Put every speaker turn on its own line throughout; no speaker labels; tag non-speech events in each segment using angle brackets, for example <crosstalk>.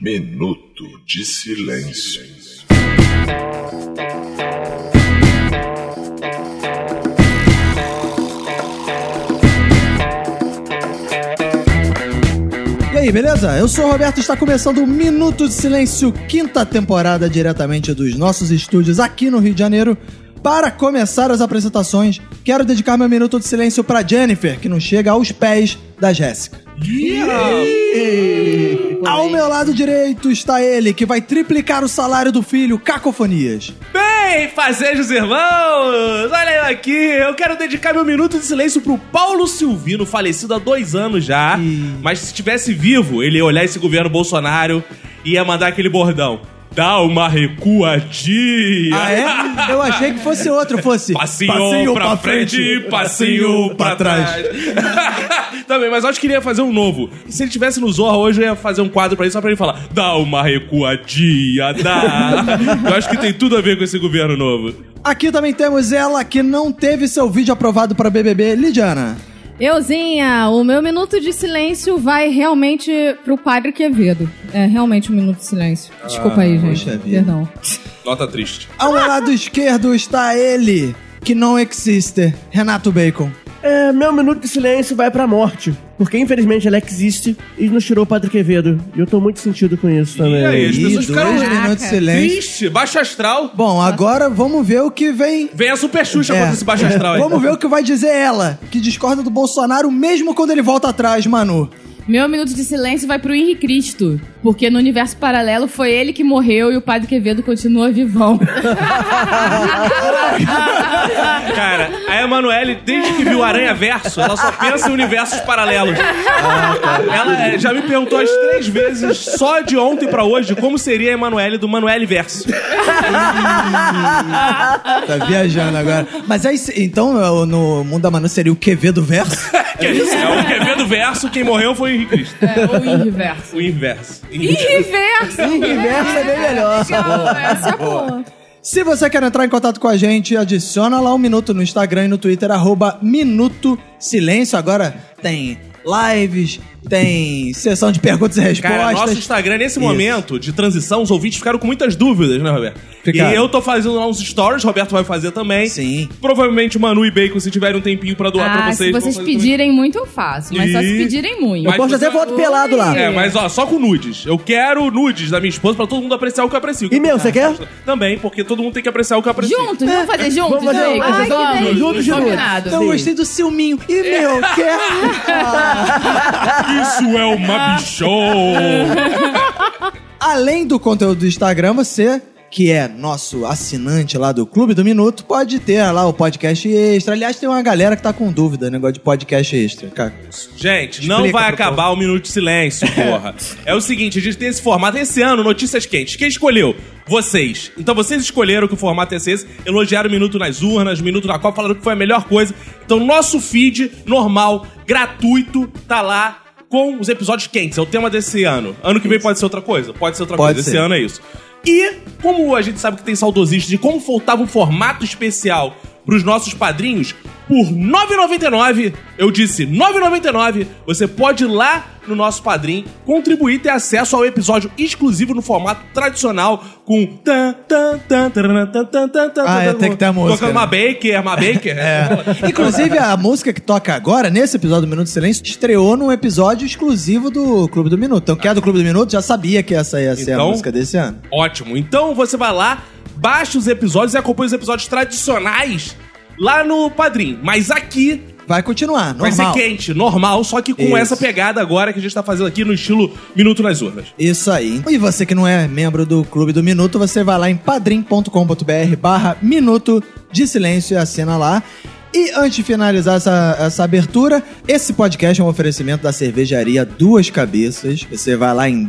Minuto de Silêncio.
E aí, beleza? Eu sou o Roberto e está começando o Minuto de Silêncio, quinta temporada diretamente dos nossos estúdios aqui no Rio de Janeiro. Para começar as apresentações, quero dedicar meu minuto de silêncio para Jennifer, que não chega aos pés da Jéssica. Ao meu lado direito está ele, que vai triplicar o salário do filho, Cacofonias.
Bem, fazejos irmãos! Olha eu aqui! Eu quero dedicar meu minuto de silêncio pro Paulo Silvino, falecido há dois anos já. Mas se estivesse vivo, ele ia olhar esse governo Bolsonaro e ia mandar aquele bordão. Dá uma recuadinha!
Ah, é? Eu achei que fosse outro, fosse.
Passinho, pra, frente, passinho pra trás. <laughs> Também, mas eu acho que ele ia fazer um novo. E se ele tivesse no Zorra hoje, eu ia fazer um quadro pra ele só pra ele falar: dá uma recuadinha, dá. <laughs> eu acho que tem tudo a ver com esse governo novo.
Aqui também temos ela, que não teve seu vídeo aprovado para BBB, Lidiana.
Euzinha, o meu minuto de silêncio vai realmente pro Padre Quevedo. É realmente um minuto de silêncio. Desculpa aí, gente.
poxa vida.
Perdão.
Nota triste.
Ao meu
<laughs>
lado esquerdo está ele, que não existe, Renato Bacon.
É, meu minuto de silêncio vai pra morte. Porque infelizmente ela existe e nos tirou o Padre Quevedo. E eu tô muito sentido com isso também.
E aí, as
Ih,
pessoas
dois
ficaram
minutos de
É
silêncio.
Triste, baixo astral.
Bom, agora vamos ver o que vem.
Vem a super Xuxa
É.
contra esse baixo astral aí.
Vamos ver o que vai dizer ela, que discorda do Bolsonaro mesmo quando ele volta atrás, Manu.
Meu minuto de silêncio vai pro Henri Cristo, porque no universo paralelo foi ele que morreu e o Padre Quevedo continua vivão.
Cara, a Emanuele, desde que viu Aranha Verso, ela só pensa em universos paralelos. Ela eh, já me perguntou as três vezes, só de ontem pra hoje, como seria a Emanuele do Manuele Verso.
Tá viajando agora. Mas aí, se- então, eu- no mundo da Manu seria o QV do verso?
Que é isso? É o QV do verso, quem morreu foi o Henrique Cristo.
É, ou Henri Verso.
O inverso.
Henri Verso! Henri
Verso é bem melhor.
Legal, essa é boa.
Se você quer entrar em contato com a gente, adiciona lá um minuto no Instagram e no Twitter, arroba Minuto Silêncio. Agora tem lives, tem sessão de perguntas e respostas.
Cara, nosso Instagram, nesse
Isso.
momento de transição, os ouvintes ficaram com muitas dúvidas, né, Roberto?
Ficaram.
E eu tô fazendo lá uns stories, Roberto vai fazer também.
Sim.
Provavelmente Manu e Bacon, se tiverem um tempinho pra doar pra
Ah,
vocês.
se
vão
vocês
fazer
pedirem muito, eu faço. Mas só se
Ih.
pedirem muito.
Eu posto até foto pelado lá.
também. É, mas ó, só com nudes. Eu quero nudes da minha esposa pra todo mundo apreciar o que eu aprecio.
E meu, você quer?
Também, porque todo mundo tem que apreciar o que eu aprecio.
Juntos, vamos fazer juntos,
Vamos fazer
Jacobs?
juntos,
Vamos.
vamos. Juntos de novo.
Combinado.
Então eu gostei do ciúminho. E
<laughs>
meu, é? quer?
Isso é
<laughs>
uma bichão!
Além do conteúdo do Instagram, você que é nosso assinante lá do Clube do Minuto, pode ter lá o podcast extra. Aliás, tem uma galera que tá com dúvida, negócio de podcast extra. Cara,
Gente,
Explica
não vai
pro povo.
acabar o Minuto de Silêncio,
<laughs>
porra. É o seguinte, a gente tem esse formato esse ano, Notícias Quentes. Quem escolheu? Vocês. Então vocês escolheram que o formato ia ser esse, elogiaram o Minuto nas urnas, o Minuto na Copa, falaram que foi a melhor coisa. Então nosso feed, normal, gratuito, tá lá com os episódios quentes. É o tema desse ano. Ano que vem pode ser outra coisa? Pode ser outra
Pode
coisa.
ser.
Esse ano é isso. E como a gente sabe que tem saudosistas e como faltava um formato especial pros nossos padrinhos, por R$ 9,99, eu disse R$ 9,99, você pode ir lá no nosso padrinho contribuir e ter acesso ao episódio exclusivo no formato tradicional com tan tan tan tan tan tan tan tan
Ah, é, tem que ter a música,
Tocando
né? É.
uma Baker, uma
<laughs>
Baker. É.
Inclusive, a música que toca agora, nesse episódio do Minuto de Silêncio, estreou num episódio exclusivo do Clube do Minuto. Então, quem é do Clube do Minuto já sabia que essa ia ser a
Então-
música desse ano.
Ótimo. Então você vai lá, baixa os episódios e acompanha os episódios tradicionais lá no Padrim. Mas aqui
Vai continuar, normal.
vai ser quente, normal, só que com
Isso.
essa pegada agora que a gente tá fazendo aqui no estilo Minuto nas Urnas.
Isso aí. E você que não é membro do Clube do Minuto, você vai lá em padrim.com.br barra Minuto de Silêncio e assina lá. E antes de finalizar essa, essa abertura, esse podcast é um oferecimento da cervejaria Duas Cabeças. Você vai lá em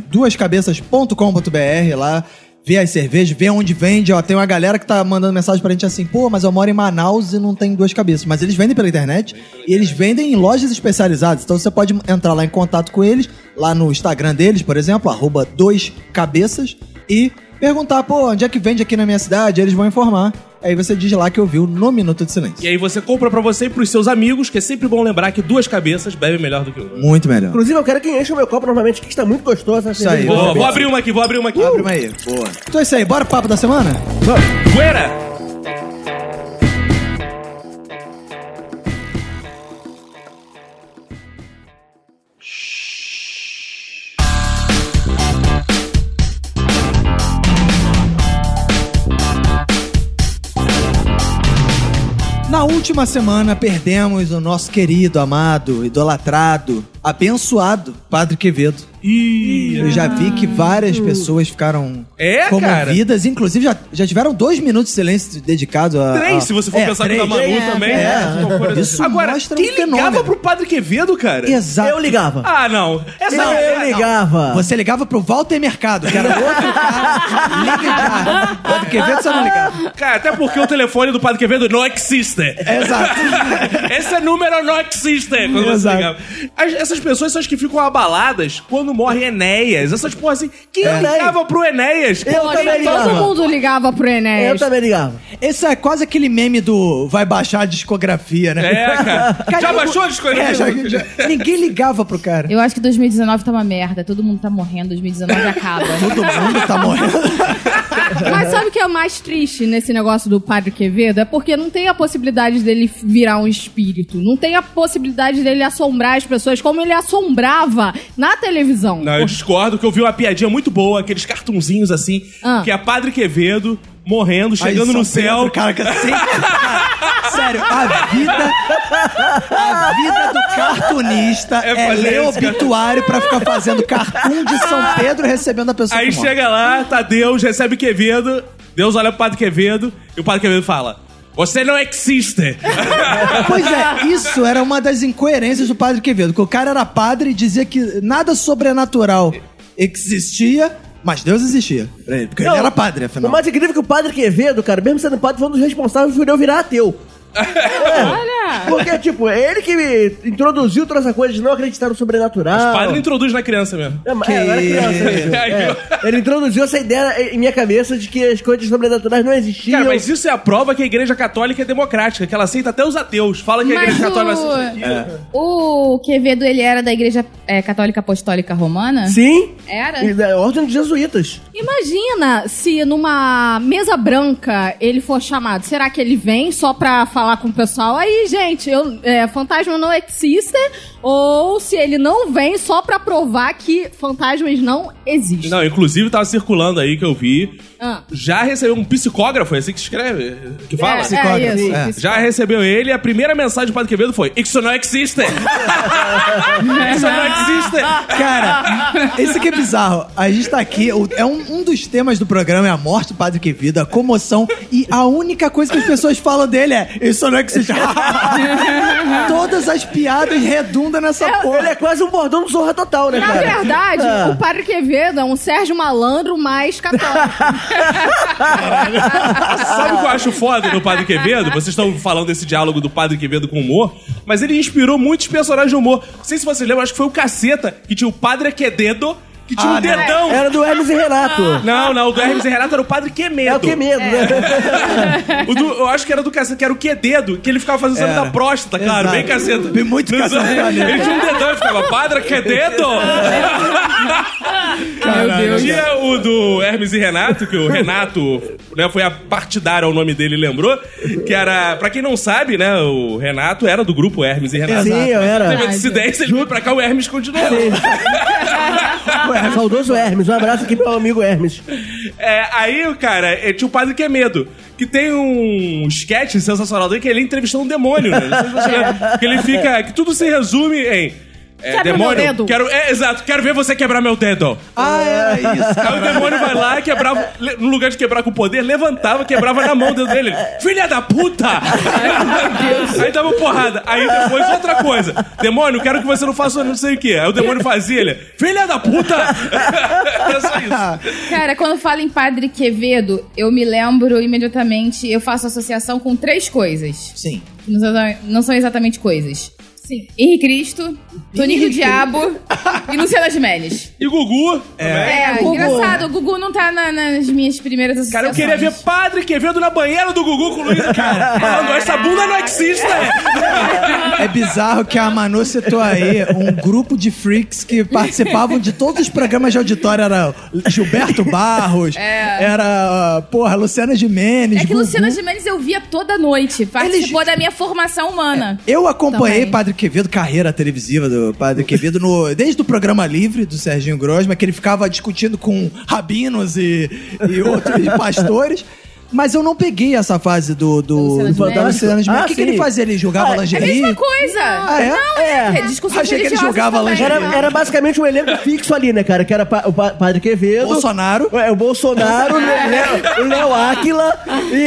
duascabeças.com.br lá. Vê as cervejas, vê onde vende, ó. Tem uma galera que tá mandando mensagem pra gente assim, pô, mas eu moro em Manaus e não tem duas cabeças. Mas eles vendem pela internet e eles vendem em lojas especializadas. Então você pode entrar lá em contato com eles, lá no Instagram deles, por exemplo, arroba dois cabeças, e perguntar, pô, onde é que vende aqui na minha cidade? Eles vão informar. Aí você diz lá que ouviu no Minuto de Silêncio.
E aí você compra pra você e pros seus amigos, que é sempre bom lembrar que duas cabeças bebem melhor do que uma.
Muito melhor.
Inclusive, eu quero que enche o meu copo novamente, que está muito gostoso. essa
Isso aí.
cerveja.
Boa, vou abrir uma aqui, vou abrir uma aqui.
Abre uma aí. Boa. Então é isso aí, bora pro papo da semana?
Fuera!
Na última semana perdemos o nosso querido, amado, idolatrado, abençoado Padre Quevedo.
Ih,
Eu já vi que várias pessoas ficaram
É,
comovidas, inclusive já, já tiveram dois minutos de silêncio dedicados a. a-
três, se você for
É,
pensar que
três.
da Manu
É,
também.
é.
Uma loucura.
Isso
Agora,
mostra um
quem ligava
fenômeno.
pro Padre Quevedo, cara?
Exato.
Eu ligava.
Ah, não. Essa
Não,
é-
eu ligava.
Você ligava pro Walter Mercado, que era outro <laughs> cara. Liga já. Padre Quevedo, você não ligava.
Cara, até porque o telefone do Padre Quevedo não existe.
Exato.
<laughs> Esse número não existe. Quando você
Exato.
ligava. As- essas pessoas são as que ficam abaladas quando morre Enéas. Essas porra assim. Quem
É.
ligava pro Enéas?
É.
Eu também
"Então
Todo
ligava.
mundo ligava pro
Eu
Enéas.
também ligava.
Esse é quase aquele meme do vai baixar a discografia, né?
É,
<laughs>
cara. já
eu-
baixou as coisas?
É, já- já- Ninguém ligava pro cara.
Eu acho que 2019 tá uma merda. Todo mundo tá morrendo. 2019 acaba.
Todo mundo tá <laughs> morrendo.
<laughs> Mas sabe o que é o mais triste nesse negócio do Padre Quevedo? É porque não tem a possibilidade dele virar um espírito. Não tem a possibilidade dele assombrar as pessoas como ele assombrava na televisão.
Não, então. eu discordo que eu vi uma piadinha muito boa, aqueles cartunzinhos assim,
Ah.
que é Padre Quevedo morrendo, chegando
Aí,
no
São Pedro,
céu.
Cara, que
<laughs>
assim, cara, sério, a vida. A vida do cartunista
É
é,
fazer
ler
isso,
obituário pra ficar fazendo cartoon de São Pedro recebendo a pessoa.
Aí
que morre.
chega lá, tá Deus, recebe Quevedo, Deus olha pro Padre Quevedo e o Padre Quevedo fala: Você não existe!
Pois é, isso era uma das incoerências do padre Quevedo, que o cara era padre e dizia que nada sobrenatural existia, mas Deus existia. pra ele, Porque
Não,
ele era padre, afinal.
O mais incrível é que o padre Quevedo, cara, mesmo sendo padre, foi um dos responsáveis por eu virar ateu.
Olha!
Porque, tipo, é ele que me introduziu toda essa coisa de não acreditar no sobrenatural.
O padre introduz na criança mesmo.
É, mas- é, eu era criança. né?
<laughs> Aí,
É. Ele introduziu essa ideia em minha cabeça de que as coisas sobrenaturais não existiam.
Cara, mas isso é a prova que a igreja católica é democrática, que ela aceita até os ateus. Fala que a
Mas
igreja católica
o-
aceita aqui.
O Quevedo, ele era da Igreja é, Católica Apostólica Romana?
Sim.
É.
Era?
E da Ordem dos Jesuítas.
Imagina se numa mesa branca ele for chamado. Será que ele vem só pra falar com o pessoal? Aí, gente, eu, é, fantasma não existe. Ou se ele não vem só pra provar que fantasmas não existem.
Não, inclusive tava circulando aí que eu vi.
Ah.
Já recebeu um psicógrafo, é assim que escreve? Que fala?
É, é
Psicógrafo,
isso,
é.
psicógrafo.
Já recebeu ele e a primeira mensagem do Padre Quevedo foi: Isso não existe! Isso não existe!
Cara, esse que é bizarro. A gente tá aqui, o- é um, um dos temas do programa é a morte do Padre Quevedo, a comoção, e a única coisa que as pessoas falam dele é isso não existe. Todas as piadas redundam nessa
Ele
porra.
é quase um bordão do Zorra Total, né,
Na
cara?
verdade,
Ah.
o Padre Quevedo é um Sérgio Malandro mais católico.
Sabe o que eu acho foda do Padre Quevedo? Vocês estão falando desse diálogo do Padre Quevedo com o humor, mas ele inspirou muitos personagens de humor. Não sei se vocês lembram, acho que foi o Caceta que tinha o Padre Quevedo, que tinha
Ah, não.
um dedão.
Era do Hermes e Renato.
Não, não, o do Hermes e Renato era o Padre Quemedo.
É o que medo, né?
O do- eu acho que era do caceta, que era o que dedo, que ele ficava fazendo exame
Era.
da próstata, claro,
Exato.
bem caceta.
Bem muito
Nos-
caceta, cara.
Ele tinha um dedão e ficava, padre, que dedo?
Deus.
Tinha o do Hermes e Renato, que o Renato né, foi a partidária o nome dele, lembrou? Que era, pra quem não sabe, né, o Renato era do grupo Hermes e Renato.
Sim, eu
Teve a
era.
dissidência, ele veio pra cá, o Hermes continuou.
Saudoso Hermes. Um abraço aqui pro meu amigo Hermes.
É, aí, cara, é, tinha o Padre que é medo. Que tem um sketch sensacional dele que ele entrevistou um demônio, né? Não sei se você lembra. Que ele fica. Que tudo se resume em. é,
Quebra
demônio,
meu dedo. é
Quero, é, exato, quero ver você quebrar meu dedo.
Ah, era isso.
Aí o demônio vai lá e quebrava. le- No lugar de quebrar com o poder, levantava, quebrava na mão o dedo dele. Filha da puta! Aí dava porrada. Aí depois outra coisa. Demônio, quero que você não faça não sei o quê. Aí o demônio fazia ele. Filha da puta! <laughs> É só
<laughs>
isso.
Cara, quando fala em Padre Quevedo, eu me lembro imediatamente, eu faço associação com três coisas.
Sim.
Não são, não são exatamente coisas. Sim. Henrique Cristo, Toninho do Diabo e Luciana Gimenez.
E Gugu.
É,
É.
Gugu.
engraçado, o Gugu não tá na- nas minhas primeiras
Cara, eu
associações.
queria ver Padre Quevedo na banheira do Gugu com o Luiz.
<laughs>
Cara, falando, essa bunda não existe, né?
É bizarro que a Manu citou aí um grupo de freaks que participavam de todos os programas de auditório. Era Gilberto Barros, era, porra, Luciana Gimenez.
É que
Gugu.
Luciana Gimenez eu via toda noite. Participou da minha formação humana.
Eu acompanhei
Também.
Padre Quevedo, carreira televisiva do Padre Quevedo, no- desde o programa Livre do Serginho Grosma, que ele ficava discutindo com rabinos e,
<laughs>
e outros pastores. Mas eu não peguei essa fase do, do,
Luciana
do
Gimenez.
da Luciana Gimenez.
Ah,
o que, que
sim.
ele fazia? Ele jogava
Ah, é
É a
lingerie?
mesma coisa.
Ah, é?
Não, é.
É.
é. Discussões
Achei que ele
religiosas
jogava
também.
Era,
lingerie.
era basicamente um elenco fixo ali, né, cara? Que era pa- o pa- Padre Quevedo.
Bolsonaro.
É, o Bolsonaro, o Léo- o Léo Áquila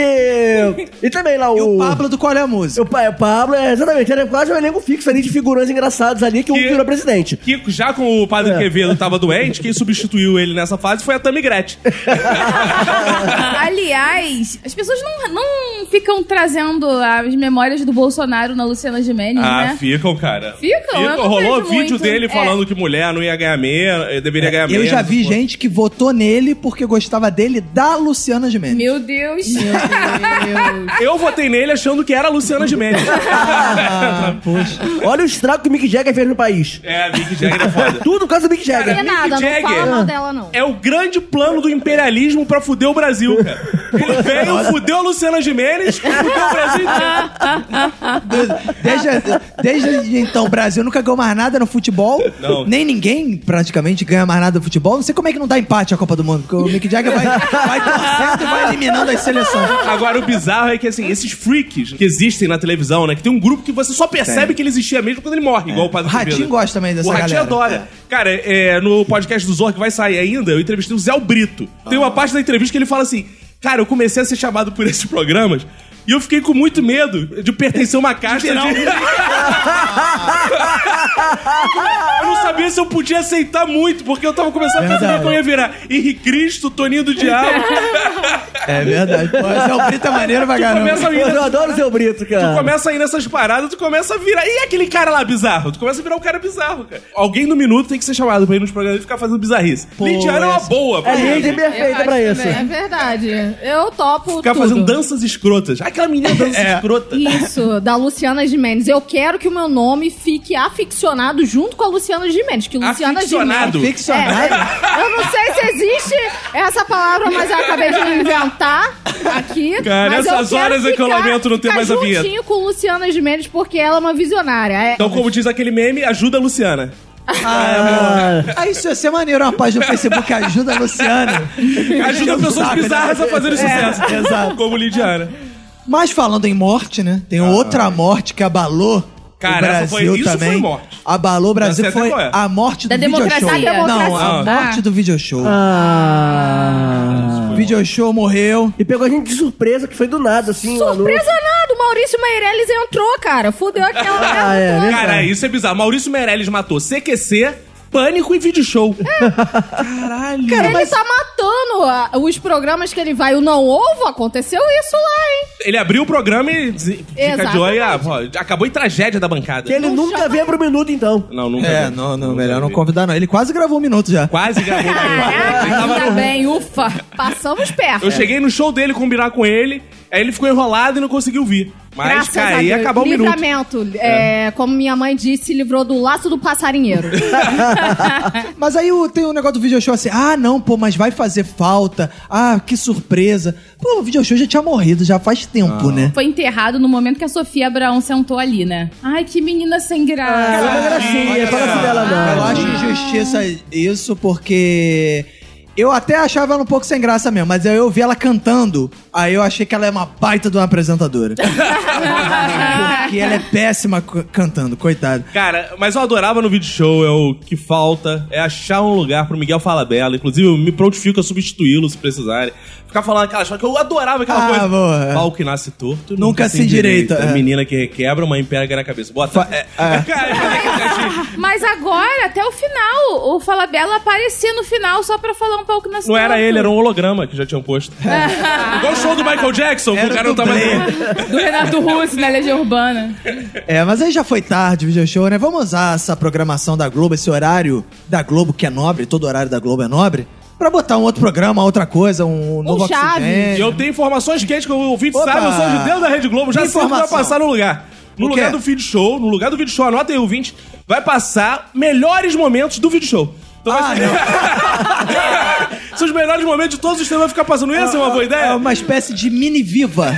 e. E também lá o.
E o Pablo do Qual é a Música?
O Pa- o Pablo, é, exatamente. Era quase um elenco fixo ali de figurantes engraçados ali que um
Que-
virou presidente.
Que já com o Padre
É.
Quevedo tava doente, quem substituiu ele nessa fase foi a Tammy Gretchen.
Aliás, as pessoas não, não ficam trazendo as memórias do Bolsonaro na Luciana Gimenez,
Ah,
né?
ficam, cara.
Ficam, eu não
Rolou
vejo
vídeo
muito.
dele
É.
falando que mulher não ia ganhar menos, eh, deveria ganhar menos.
Eu já vi
pô.
gente que votou nele porque gostava dele da Luciana Gimenez.
Meu Deus. <laughs>
Eu votei nele achando que era a Luciana
<laughs>
Gimenez.
Ah, poxa.
Olha o estrago que o Mick Jagger fez no país.
é, a Mick Jagger é foda.
Tudo por causa do Mick
Não
Jagger.
é nada, não fala
Jagger.
mal dela, não.
É o grande plano do imperialismo pra fuder o Brasil,
<laughs>
cara. Ele veio, fudeu a Luciana Gimenez, fudeu o Brasil
Ah,
inteiro.
Desde, desde então, o Brasil nunca ganhou mais nada no futebol.
Não.
Nem ninguém praticamente ganha mais nada no futebol. Não sei como é que não dá empate a Copa do Mundo, porque o Mick Jagger vai, vai torcendo e vai eliminando as seleções.
Agora, o bizarro é que, assim, esses freaks que existem na televisão, né? Que tem um grupo que você só percebe que ele existia mesmo quando ele morre, igual o Padre
É. O Ratinho
Quevedo.
gosta também dessa
O
galera.
Ratinho adora. Cara, é, no podcast do Zorro que vai sair ainda, eu entrevistei o Zé Brito. Tem
Ah.
uma parte da entrevista que ele fala assim, cara, eu comecei a ser chamado por esses programas e eu fiquei com muito medo de pertencer a uma casta de...
um
<laughs> Eu não sabia se eu podia aceitar muito, porque eu tava começando a perceber
É Verdade.
que eu ia virar Henrique Cristo, Toninho do Diabo.
É verdade. Pô, esse é o Brito <laughs> é maneiro pra caramba.
começa a vir
Eu adoro
né?
o seu Brito,
Tu
cara.
começa a ir nessas paradas, tu começa a virar. E aquele cara lá bizarro? Tu começa a virar um cara bizarro, cara. Alguém no minuto tem que ser chamado pra ir nos programas e ficar fazendo bizarrice. Lindiana é uma
essa-
boa, pô.
É gente
Eu
perfeita
acho
pra
também,
isso.
É verdade. Eu
é
topo
Ficar
tudo.
fazendo danças escrotas. Aquela menina dança escrota.
Isso, da Luciana Gimenez. Eu quero que o meu nome fique aficionado junto com a Luciana Gimenez. Que Luciana
Aficionado.
Gimenez.
Ficcionário.
É, eu não sei se existe essa palavra, mas eu acabei de inventar aqui.
Cara,
mas
essas
quero
horas é que eu
ficar-
lamento não ter
ficar
mais a vinheta.
juntinho com Luciana Gimenez, porque ela é uma visionária. É-
Então, como diz aquele meme, ajuda a Luciana.
Ah,
Ah, isso ia ser maneiro. Uma página no Facebook ajuda a Luciana.
Ajuda pessoas
Sabe, né?
bizarras a fazerem
É,
sucesso.
exato.
Como Lidiana.
Mas falando em morte, né? Tem outra morte que abalou
Cara,
o
essa
Brasil
Ah. foi- isso
também.
foi morte.
Abalou o
Não
Brasil
sei até
foi
qual é.
a morte do
Da
video
democracia.
show.
Da
Não, a
democracia.
morte do video show.
ah.
O video show morreu.
E pegou a gente de surpresa, que foi do nada, assim. o anúncio.
Surpresa nada, o Maurício Meirelles entrou, cara.
<laughs>
Fudeu aquela
Ah,
merda
é,
toda.
né?
Cara, isso é bizarro. Maurício Meirelles matou CQC, pânico e video show. Caralho.
ele tá matando ah, os programas que ele vai. O Não Ovo aconteceu isso lá, hein?
Ele abriu o programa e desencadeou aí. ah, ó, Acabou em tragédia da bancada.
Que ele
Não
nunca
chama-
veio pro minuto, então.
Não, nunca.
É,
vi.
não, não,
Nunca
melhor não
vi.
convidar, não. Ele quase gravou um minuto já.
Quase
<laughs>
gravou. Ele tava-
Ainda bem, ufa.
Passamos perto.
Eu cheguei no show dele combinar com ele, aí ele ficou enrolado e não conseguiu vir. Mas,
Graças a
cara, ia
Deus.
acabar o um minuto.
Livramento. É, como minha mãe disse, livrou do laço
<laughs>
do passarinheiro.
Mas aí o- tem o negócio do video show assim, ah, não, pô, mas vai fazer falta. Ah, que surpresa. Pô, o video show já tinha morrido, já faz
Ah,
tempo, né?
Foi enterrado no momento que a Sofia Abraão sentou ali, né? Ai, que menina sem
Ela é uma
graça.
<laughs>
gracinha, fala assim dela, não.
Eu acho injustiça isso, porque. Eu até achava ela um pouco sem graça mesmo, mas aí eu vi ela cantando, aí eu achei que ela é uma baita de uma apresentadora. porque ela é péssima co- cantando, coitado.
Cara, mas eu adorava no vídeo show, é o que falta, é achar um lugar pro Miguel Falabella. Inclusive, eu me prontifico a substituí-lo se precisarem. Ficar falando aquelas coisas que eu adorava aquela
Ah,
coisa.
boa.
Pau que nasce torto.
Nunca se
direita.
endireita, é.
Menina que quebra, mãe pega na cabeça. Bota.
Fa-
é,
é.
<laughs> Cara, fazer aquele gestinho.
Mas agora, até o final, o Falabella aparecia no final só pra falar um palco na
Não
sua
era
altura.
ele, era um holograma que já tinham
<laughs>
posto. Igual o show do Michael Jackson, que
Era
o cara não
do
tava.
Blair.
um
Do Renato Russo, na Legião Urbana.
É, mas aí já foi tarde o video show, né? Vamos usar essa programação da Globo, esse horário da Globo que é nobre, todo horário da Globo é nobre, pra botar um outro programa, outra coisa, um novo
Chaves.
E
oxigênio.
eu tenho informações quentes que o ouvinte
Opa!
sabe, eu sou judeu da Rede Globo, já sei o que vai
Informação.
passar no lugar. No
O quê?
lugar do vídeo show, no lugar do vídeo show, anota aí, ouvinte, vai passar melhores momentos do vídeo show. Então
Ah,
vai ser... <laughs> São os melhores momentos de todos os tempos, vai ficar passando. Não ia ser uma boa
É
ideia?
uma espécie de mini viva.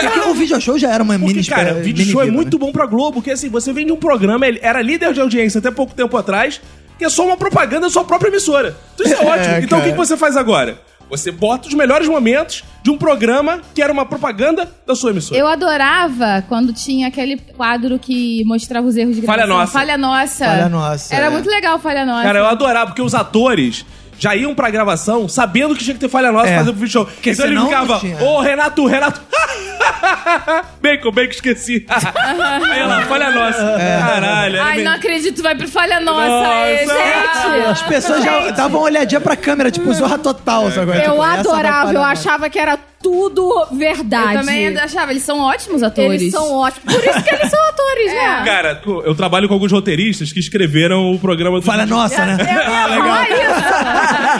Porque o video show já era uma mini
Porque, cara,
espé-
vídeo
mini
show é
viva, né?
muito bom pra Globo, porque assim, você vende um programa, ele era líder de audiência até pouco tempo atrás, que é só uma propaganda da sua própria emissora.
<laughs>
Então isso é,
É,
ótimo. Então o que,
cara.
que você faz agora? Você bota os melhores momentos de um programa que era uma propaganda da sua emissora.
Eu adorava quando tinha aquele quadro que mostrava os erros de
Falha
gravação.
nossa.
Falha nossa.
Falha nossa,
Era
é.
muito legal Falha Nossa.
Cara, eu adorava, porque os atores já iam pra gravação sabendo que tinha que ter falha nossa
É.
pra fazer pro vídeo show.
Porque
então ele
senão
ficava,
não tinha.
ô Renato, Renato. <laughs> bacon, bacon, esqueci. <laughs> Aí lá, falha nossa.
É.
Caralho. era
Ai,
bem-
não acredito, vai pro Falha Nossa. é,
Nossa. é.
esse.
né?
Ah,
As pessoas já davam uma olhadinha pra câmera, tipo, zorra total. sabe? Tipo,
Eu
essa vai
adorava, eu
parar.
achava que era tudo
Eu
verdade.
também achava, eles são ótimos atores. É.
Eles são ótimos. Por isso que eles são atores, né?
Cara, eu trabalho com alguns roteiristas que escreveram o programa do.
Falha nossa, <laughs> né?
Ah,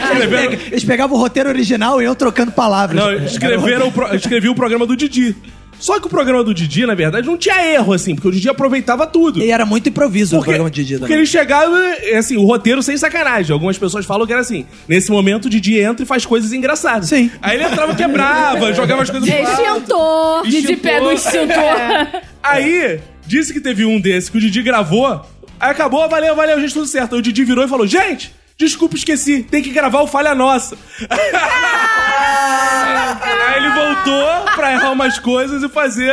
escreveram...
Eles pegavam o roteiro original e eu trocando palavras.
Não, escreveram o pro- escrevi o programa do Didi. Só que o programa do Didi, na verdade, não tinha erro, assim, porque o Didi aproveitava tudo.
E era muito improviso o programa de né? Didi
porque
também.
ele chegava, é, assim, o roteiro sem sacanagem. Algumas pessoas falam que era assim: nesse momento o Didi entra e faz coisas engraçadas.
Sim.
Aí ele
<laughs>
entrava, quebrava, jogava as coisas pro alto.
Extintor.
De, É, de pé no extintor. É.
Aí, disse que teve um desse que o Didi gravou. Aí acabou, valeu, valeu, gente, tudo certo. Aí o Didi virou e falou: gente, desculpa, esqueci, tem que gravar o Falha Nossa.
Ah!
<laughs> Aí ele voltou pra errar umas coisas e fazer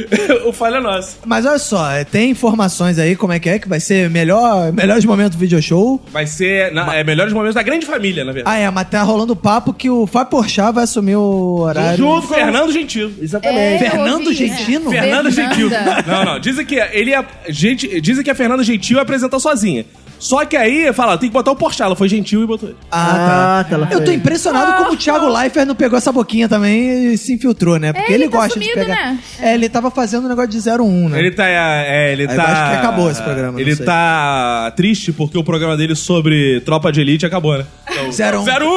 <laughs> o Falha Nossa.
Mas olha só, é, tem informações aí como é que é, que vai ser melhor, melhores momentos do video show.
Vai ser na, é, melhores momentos da grande família, na verdade.
Ah, é, mas tá rolando papo que o Fábio Porchat vai assumir o horário.
Junto com o Fernando Gentil.
Exatamente.
É.
Fernando
ouvi,
Gentino?
Fernanda Gentil.
Fernanda.
<laughs> Não, não. Dizem que ele ia, gente, dizem que a Fernanda Gentil ia apresentar sozinha. Só que aí fala, tem que botar o Porchat. Ela foi gentil e botou ele.
Ah,
Ah,
tá.
tá, ela
Eu tô
foi.
impressionado
Ah,
como o Thiago Leifert não pegou essa boquinha também e se infiltrou, né? Porque
É, ele
ele,
tá
gosta
sumido,
de pegar.
né?
É, ele tava fazendo um negócio de 01, né?
Ele tá. É, ele
Aí
tá.
eu acho que acabou esse programa, não
Ele
sei.
tá triste porque o programa dele sobre tropa de elite acabou, né? Então,
01.
01!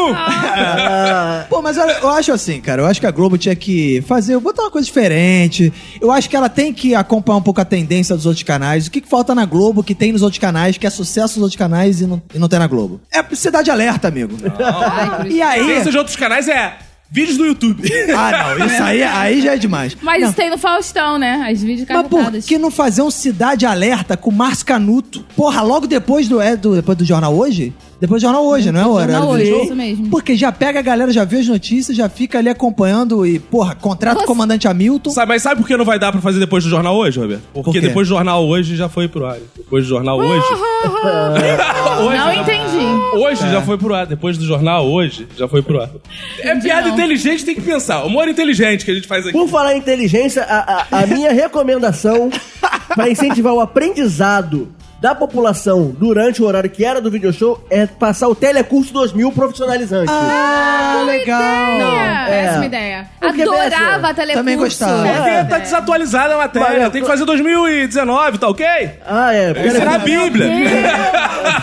Pô, mas olha, eu acho assim, cara. Eu acho que a Globo tinha que fazer, botar uma coisa diferente. Eu acho que ela tem que acompanhar um pouco a tendência dos outros canais. O que, que falta na Globo que tem nos outros canais, que é sucesso nos outros canais e não, e não tem na Globo? É cidade alerta, amigo. e
A
aí.
tendência de outros canais é vídeos no YouTube.
Ah, não, isso aí, aí já é demais.
Mas
não,
isso tem no Faustão, né? As vídeos
mas por
carregadas.
que não fazer um Cidade Alerta com o Márcio Canuto? Porra, logo depois do, é, do, depois do Jornal Hoje? Depois do Jornal Hoje, não é o horário
Jornal
do
Hoje,
jogo?
isso mesmo.
Porque já pega a galera, já vê as notícias, já fica ali acompanhando e, porra, contrata o
Você-
comandante Hamilton.
<laughs> Sabe, mas sabe por que não vai dar pra fazer depois do jornal hoje, Roberto? Porque
quê?
depois do jornal hoje já foi pro ar. Depois do jornal hoje. <laughs> hoje
Não
já-
entendi.
Hoje já foi pro ar. Depois do jornal hoje já foi pro ar. É
Entendi,
piada
não.
inteligente, tem que pensar. Humor inteligente que a gente faz aqui.
Por falar em inteligência, a, a- a minha recomendação
<laughs>
para incentivar o aprendizado da população durante o horário que era do video show é passar o Telecurso 2000 profissionalizante.
Ah, legal.
É, péssima
É.
ideia.
Porque,
Adorava
Bessia,
a telecurso.
também gostava.
Porque tá desatualizada a matéria.
é. Valeu.
Tem que fazer 2019, tá ok?
Ah, é.
Ensinar a Bíblia.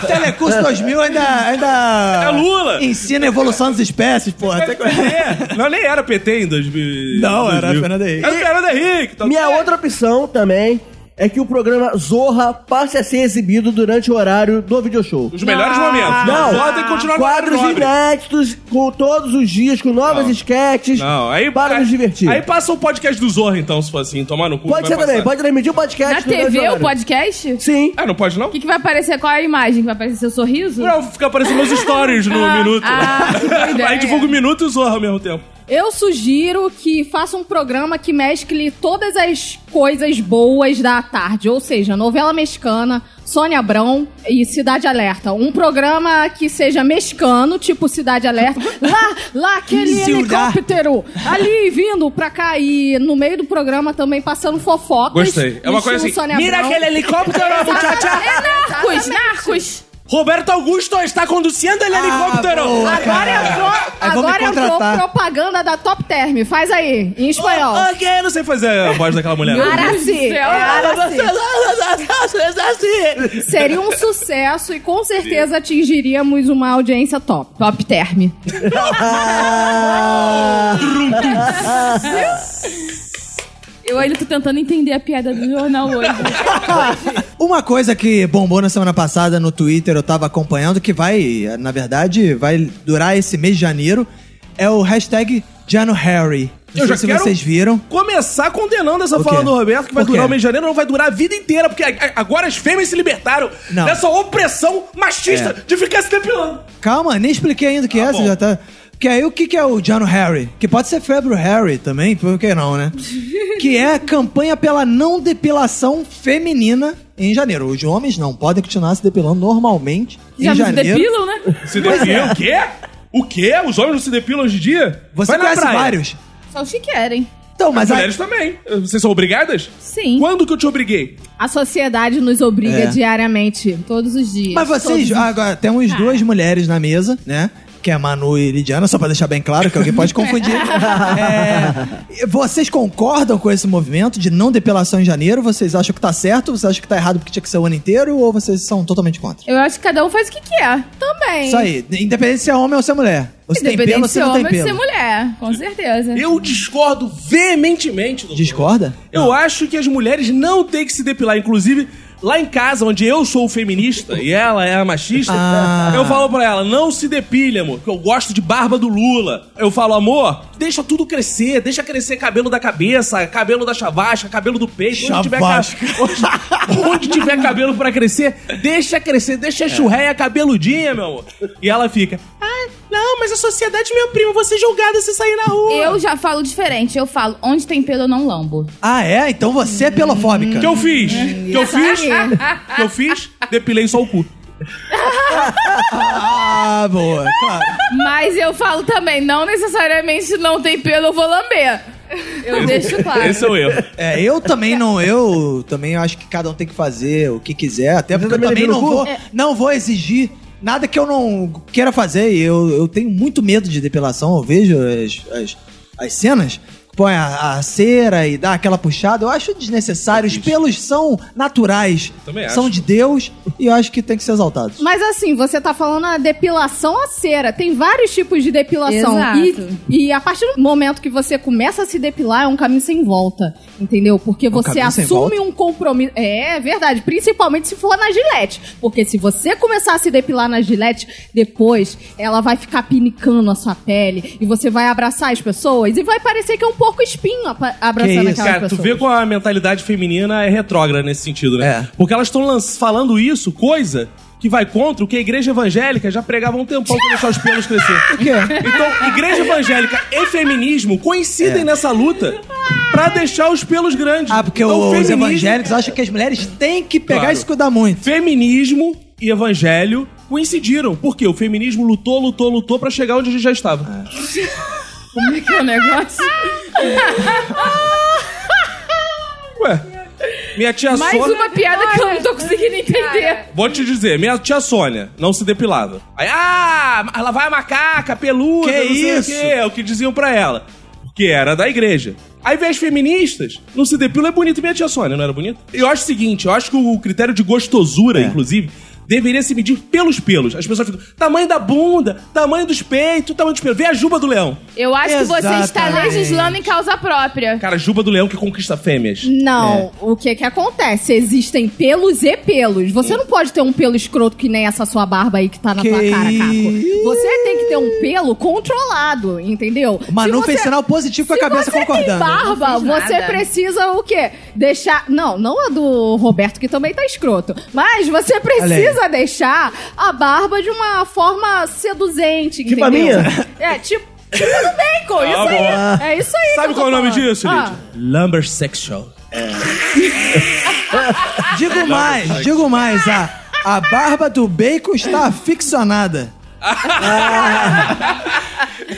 Telecurso 2000 ainda, ainda...
É Lula.
Ensina a evolução das espécies, porra. Até que-
É. Não, nem era PT em 2000.
Não, era
2000.
Fernando Henrique.
Era Fernando Henrique. Tá
Minha
ok?
outra opção também é que o programa Zorra passe a ser exibido durante o horário do video show.
Os melhores momentos.
Ah, Não,
Só tem que continuar no
quadros
horário nobre.
inéditos, com todos os dias, com novas esquetes,
Não, aí...
para
aí-
nos divertir.
Aí passa o podcast do Zorra, então, se for assim. Tomar no cu. vai
pode ser também,
passar.
pode transmitir o podcast.
Na
durante
TV, o
horário.
podcast? O
Sim.
Ah, não pode não?
que, que vai aparecer? Qual é a imagem? Que vai aparecer seu sorriso?
Não, fica aparecendo meus stories no minuto.
ah, que boa
<laughs> aí
ideia.
divulga o minuto e o Zorra ao mesmo tempo.
Eu sugiro que faça um programa que mescle todas as coisas boas da tarde, ou seja, novela mexicana, Sônia Abrão e Cidade Alerta. Um programa que seja mexicano, tipo
<laughs>
Cidade Alerta. Lá, lá aquele
Ciudad.
helicóptero ali vindo pra cá e no meio do programa também passando fofocas.
Gostei. É uma
no
coisa
estilo <laughs>
assim.
Sônia É,
Mira
<laughs>
Abrão.
aquele helicóptero, muchacha!
Narcos, narcos.
Roberto Augusto está conduzindo
Ah,
ele helicóptero.
boa.
Agora entrou,
Aí vão É, me
agora entrou
contratar.
propaganda da Top Term. Faz aí, em espanhol.
Ah, que eu não sei fazer a voz daquela mulher.
Araci. É Araci.
Assim.
Seria um sucesso e com certeza atingiríamos uma audiência top. Top Term.
Eu ainda tô tentando entender a piada do jornal hoje.
Uma coisa que bombou na semana passada no Twitter, eu tava acompanhando, que vai, na verdade, vai durar esse mês de janeiro, é o hashtag JanoHarry. Não sei
Eu já
se
quero-
vocês viram.
Começar condenando essa
O
fala
quê?
do Roberto, que vai
O quê?
durar o mês de janeiro, não vai durar a vida inteira, porque a- a- agora as fêmeas se libertaram
Não. É.
dessa opressão machista de ficar se depilando.
Calma, nem expliquei ainda o que é,
Ah,
você
bom.
já tá... Que aí o que, que é o Jano Harry? Que pode ser Febro Harry também, por que não,
<laughs>
né? que é a campanha pela não depilação feminina em janeiro. Os homens não podem continuar se depilando normalmente
Já
em
nos
janeiro.
depilam, né?
Se
é.
depilam? O quê? O quê? Os homens não se depilam hoje em dia?
Você
Vai na
conhece
praia.
vários.
Só os que querem.
Então, mas aí,
Mulheres também. Vocês são obrigadas?
Sim.
Quando que eu te obriguei?
A sociedade nos obriga
É.
diariamente.
Todos os Ah. dias.
Mas vocês, agora, temos duas mulheres na mesa, né? Que é Manu e Lidiana, só pra deixar bem claro que alguém
<laughs>
pode confundir. É, vocês concordam com esse movimento de não depilação em janeiro? Vocês acham que tá certo? Vocês acham que tá errado porque tinha que ser o ano inteiro? Ou vocês são totalmente contra?
Eu acho que cada um faz o que quer.
Também.
Isso aí, independente se é homem ou se é mulher. Ou se tem
Independente
pelo
de
ou se
ser
não
é
tem
homem ou de ser
pelo.
mulher. Com certeza.
Eu discordo veementemente. doutor.
Discorda?
Eu acho que as mulheres não têm que se depilar. Inclusive, lá em casa, onde eu sou o feminista e ela é a machista,
Ah.
eu falo pra ela, não se depilha, amor, porque eu gosto de barba do Lula. Eu falo, amor, deixa tudo crescer, deixa crescer cabelo da cabeça, cabelo da chavasca, cabelo do peito.
Chavasca.
Onde tiver, ca- onde- onde tiver cabelo pra crescer, deixa crescer, deixa a churreia cabeludinha, meu amor. E ela fica, ah, não, mas a sociedade me oprime, eu vou ser julgada se sair na rua.
Eu já falo diferente. Eu falo, onde tem pelo eu não lambo.
Ah, é? Então você é pelofóbica.
que
Hum.
eu fiz? que eu fiz? que eu fiz? Depilei só o cu.
Ah, boa, claro.
<laughs> Mas eu falo também, não necessariamente não tem pelo eu vou lamber. Eu deixo claro.
Esse é o erro.
É, eu também não, eu também acho que cada um tem que fazer o que quiser, até porque eu
também
também
devia
não
no cu?
vou, não vou exigir nada que eu não queira fazer. E Eu, eu tenho muito medo de depilação, eu vejo as, as, as cenas. Põe a, a cera e dá aquela puxada, eu acho desnecessário. Os pelos são naturais,
Também acho.
são de Deus e eu acho que tem que ser exaltados.
Mas assim, você tá falando a depilação a cera. Tem vários tipos de depilação.
Exato.
E, e a partir do momento que você começa a se depilar, é um caminho sem volta. Entendeu? Porque você
caminho sem
assume um compromisso. É, é verdade. Principalmente se for na gilete. Porque se você começar a se depilar na gilete, depois ela vai ficar pinicando a sua pele. E você vai abraçar as pessoas. E vai parecer que é um porco espinho apa- abraçando
isso,
aquelas
Cara, tu
pessoas.
vê como a mentalidade feminina é retrógrada nesse sentido, né?
É.
Porque elas estão falando isso, coisa que vai contra o que a igreja evangélica já pregava há um tempão pra deixar os pelos crescer.
O quê?
Então, igreja evangélica e feminismo coincidem nessa luta pra deixar os pelos grandes.
É. Ah, porque
Então,
os
feminismo-
evangélicos acham que as mulheres têm que pegar
Claro.
e se cuidar muito.
Feminismo e evangelho coincidiram. Porque o feminismo lutou, lutou, lutou pra chegar onde a gente já estava.
Como é que é o negócio?
É.
Ué, minha tia
Mais
Sônia...
uma piada que eu não tô conseguindo entender.
Vou te dizer, minha tia Sônia não se depilava. Aí, ah, ela vai a macaca, peluda,
Que
não sei
isso?
o quê, é o que diziam pra ela. Porque era da igreja. Aí vem as feministas, não se depila, é bonito. E minha tia Sônia não era bonita? Eu acho o seguinte, eu acho que o critério de gostosura, inclusive, deveria se medir pelos pelos. As pessoas ficam, tamanho da bunda, tamanho dos peitos, tamanho dos pelos. Vê a juba do leão.
Eu acho que você está
Exatamente.
legislando em causa própria.
Cara, a juba do leão que conquista fêmeas.
É.
Não, o que que acontece? Existem pelos e pelos. Você não pode ter um pelo escroto que nem essa sua barba aí que tá na
Que
tua cara,
isso?
Caco. Você tem que ter um pelo controlado, entendeu? Se
Manu
você-
fez sinal positivo com a
se
cabeça
você
concordando.
Tem barba,
Eu não fiz
você
nada.
precisa o quê? Deixar. Não, não a do Roberto, que também tá escroto. Mas você precisa deixar a barba de uma forma seduzente,
Tipo
entendeu?
a minha?
É, tipo. Tipo do
Ah,
bacon, isso
bom.
aí. É isso aí.
Sabe
que eu
qual é o
tô
nome
falando.
disso,
Ah.
Lídia? Lumber Sexual.
Digo mais, digo mais, a, a barba do bacon está aficionada.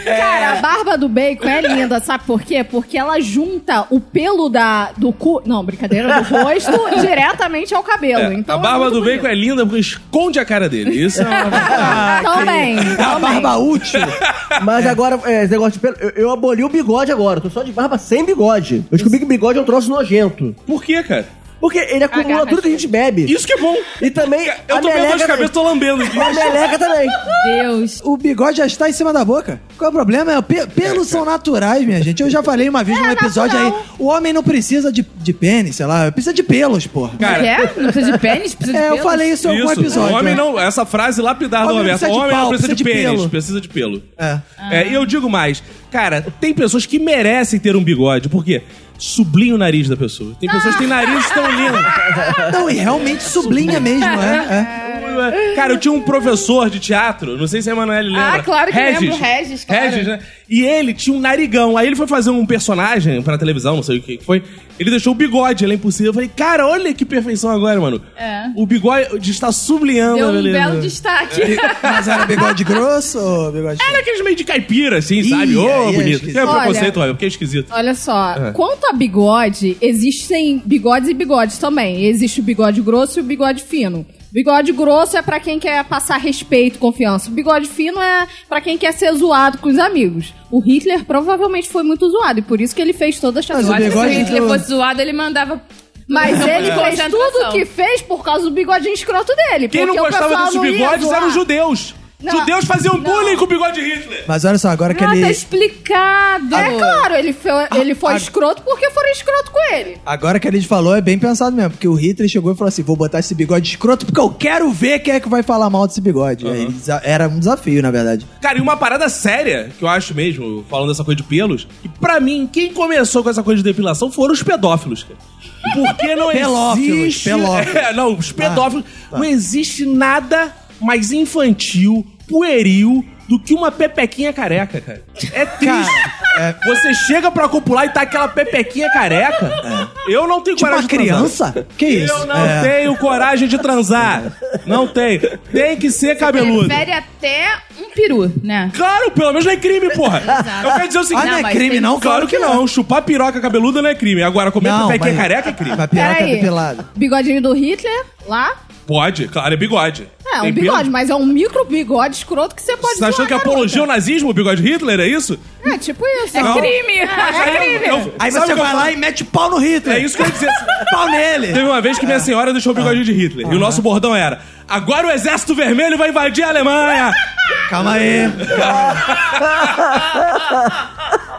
Cara, a barba do bacon é linda, sabe por quê? Porque ela junta o pelo da, do cu. Não, brincadeira, do rosto
<laughs>
diretamente ao cabelo.
É,
então
a barba do bacon
é.
é linda porque esconde a cara dele. Isso é <laughs> uma...
Também.
A barba útil.
Mas agora, é, esse negócio de pelo. Eu, eu aboli o bigode agora. Eu tô só de barba sem bigode. Eu descobri que bigode é um troço nojento.
Por quê, cara?
Porque ele acumula
Agarra
tudo que a gente bebe.
Isso que é
<laughs>
bom.
E também.
Eu
a
tô vendo as
meleca-
cabeças, tô lambendo aqui.
A meleca também.
Deus.
O bigode já está em cima da boca. Qual é o problema? É, pe- pelos são naturais, minha gente. Eu já falei uma vez num episódio aí. O homem não precisa de, de pênis, sei lá. Precisa de pelos, porra.
<laughs> Cara,
Quer? Não precisa de pênis? Precisa de
É, eu
pelos?
falei isso em algum
Isso,
episódio.
homem
é.
não, essa frase lapidar do
Homem não
Roberto.
precisa de
Homem não
pau,
precisa de
precisa de
pênis,
pelo.
precisa de pelo.
É.
É, e eu digo mais, cara, tem pessoas que merecem ter um bigode, porque sublinha o nariz da pessoa. Tem pessoas que têm nariz tão lindo.
Não, e realmente sublinha mesmo, é. é.
Cara, eu tinha um professor de teatro, não sei se a Emanuele lembra.
Ah, claro que lembro, Regis, claro.
Regis, né? E ele tinha um narigão. Aí ele foi fazer um personagem pra televisão, não sei o que que foi. Ele deixou o bigode, ele é impossível. Eu falei, cara, olha que perfeição agora, mano.
É.
O bigode está sublinhando
Deu
a
um
beleza. É,
belo destaque.
Mas era bigode grosso ou bigode
Era aqueles meio de caipira, assim,
Ih,
sabe? Ô,
aí é
bonito.
esquisito.
Tem
Olha-
preconceito, olha, porque é esquisito.
Olha só,
É.
quanto a bigode, existem bigodes e bigodes também. Existe o bigode grosso e o bigode fino. Bigode grosso é pra quem quer passar respeito, confiança. O bigode fino é pra quem quer ser zoado com os amigos. O Hitler provavelmente foi muito zoado e por isso que ele fez toda a
Mas o
tatuagem.
Se o
bigode
Hitler
do-
fosse zoado, ele mandava...
Mas ele
É.
fez tudo o que fez por causa do bigodinho escroto dele.
Quem não
porque o
gostava
pessoal
desses
não ia
bigodes
zoar.
eram os judeus.
Não.
Judeus faziam
Não.
bullying com o bigode de Hitler.
Mas olha só, agora que
Ah, tá
ele.
explicado.
É claro, ele foi, ele foi
Ah.
escroto porque foram escroto com ele.
Agora que a Liz falou, é bem pensado mesmo, porque o Hitler chegou e falou assim: vou botar esse bigode escroto porque eu quero ver quem é que vai falar mal desse bigode. Aí, desa- Era um desafio, na verdade.
Cara, e uma parada séria, que eu acho mesmo, falando dessa coisa de pelos, que pra mim, quem começou com essa coisa de depilação foram os pedófilos, cara.
<laughs>
Porque não
Pelófilos,
existe...
pelófilos.
É, não,
Ah,
os pedófilos...
tá.
Não existe nada mais infantil, pueril, do que uma pepequinha careca, cara. É triste.
é-
Você chega pra copular e tá aquela pepequinha careca. Eu não tenho
Tipo
coragem
uma
de transar.
criança? Que isso?
Eu não
É.
tenho coragem de transar. Não tenho. Tem que ser cabeludo.
Prefere até um peru, né?
Claro, pelo menos não é crime, porra.
Exato.
Eu quero dizer o seguinte.
Ah, não,
Não,
é
mas
crime,
tem-
não?
Claro que não. Chupar piroca cabeluda não é crime. Agora, comer
Não,
pepequinha
mas-
careca
<laughs>
é crime.
Mas piroca
Peraí.
depilada.
Bigodinho do Hitler, lá.
Pode, claro, é bigode.
É,
Tem
um
pelo?
bigode, mas é um micro bigode escroto que você pode
Você tá achando que é
zoar,
apologia ao
garota.
nazismo, o bigode Hitler, é isso?
É, tipo isso.
É
Não.
crime. É crime.
Eu-
Aí
sabe
você
o que eu
vai
falo?
lá e mete pau no Hitler.
É isso que eu ia dizer.
<laughs> Pau nele. É.
Teve uma vez que minha senhora deixou o bigode de Hitler. E o nosso bordão era: agora o exército vermelho vai invadir a Alemanha!
Calma
<laughs>
aí.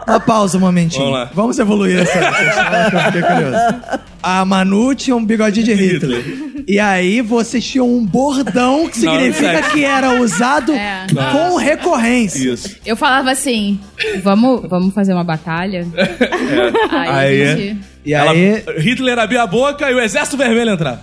Uma pausa um momentinho.
Vamos lá.
evoluir essa questão, que eu fiquei curioso. A Manu tinha um bigodinho de Hitler. E aí vocês tinham um bordão que
Não, não
significa
serve.
que era usado
É.
com recorrência.
Isso.
Eu falava assim, vamos, vamos fazer uma
<laughs>
batalha? Aí, a
É. Aí.
gente...
E
Ela-
aí,
Hitler abria a boca e o exército vermelho entrava.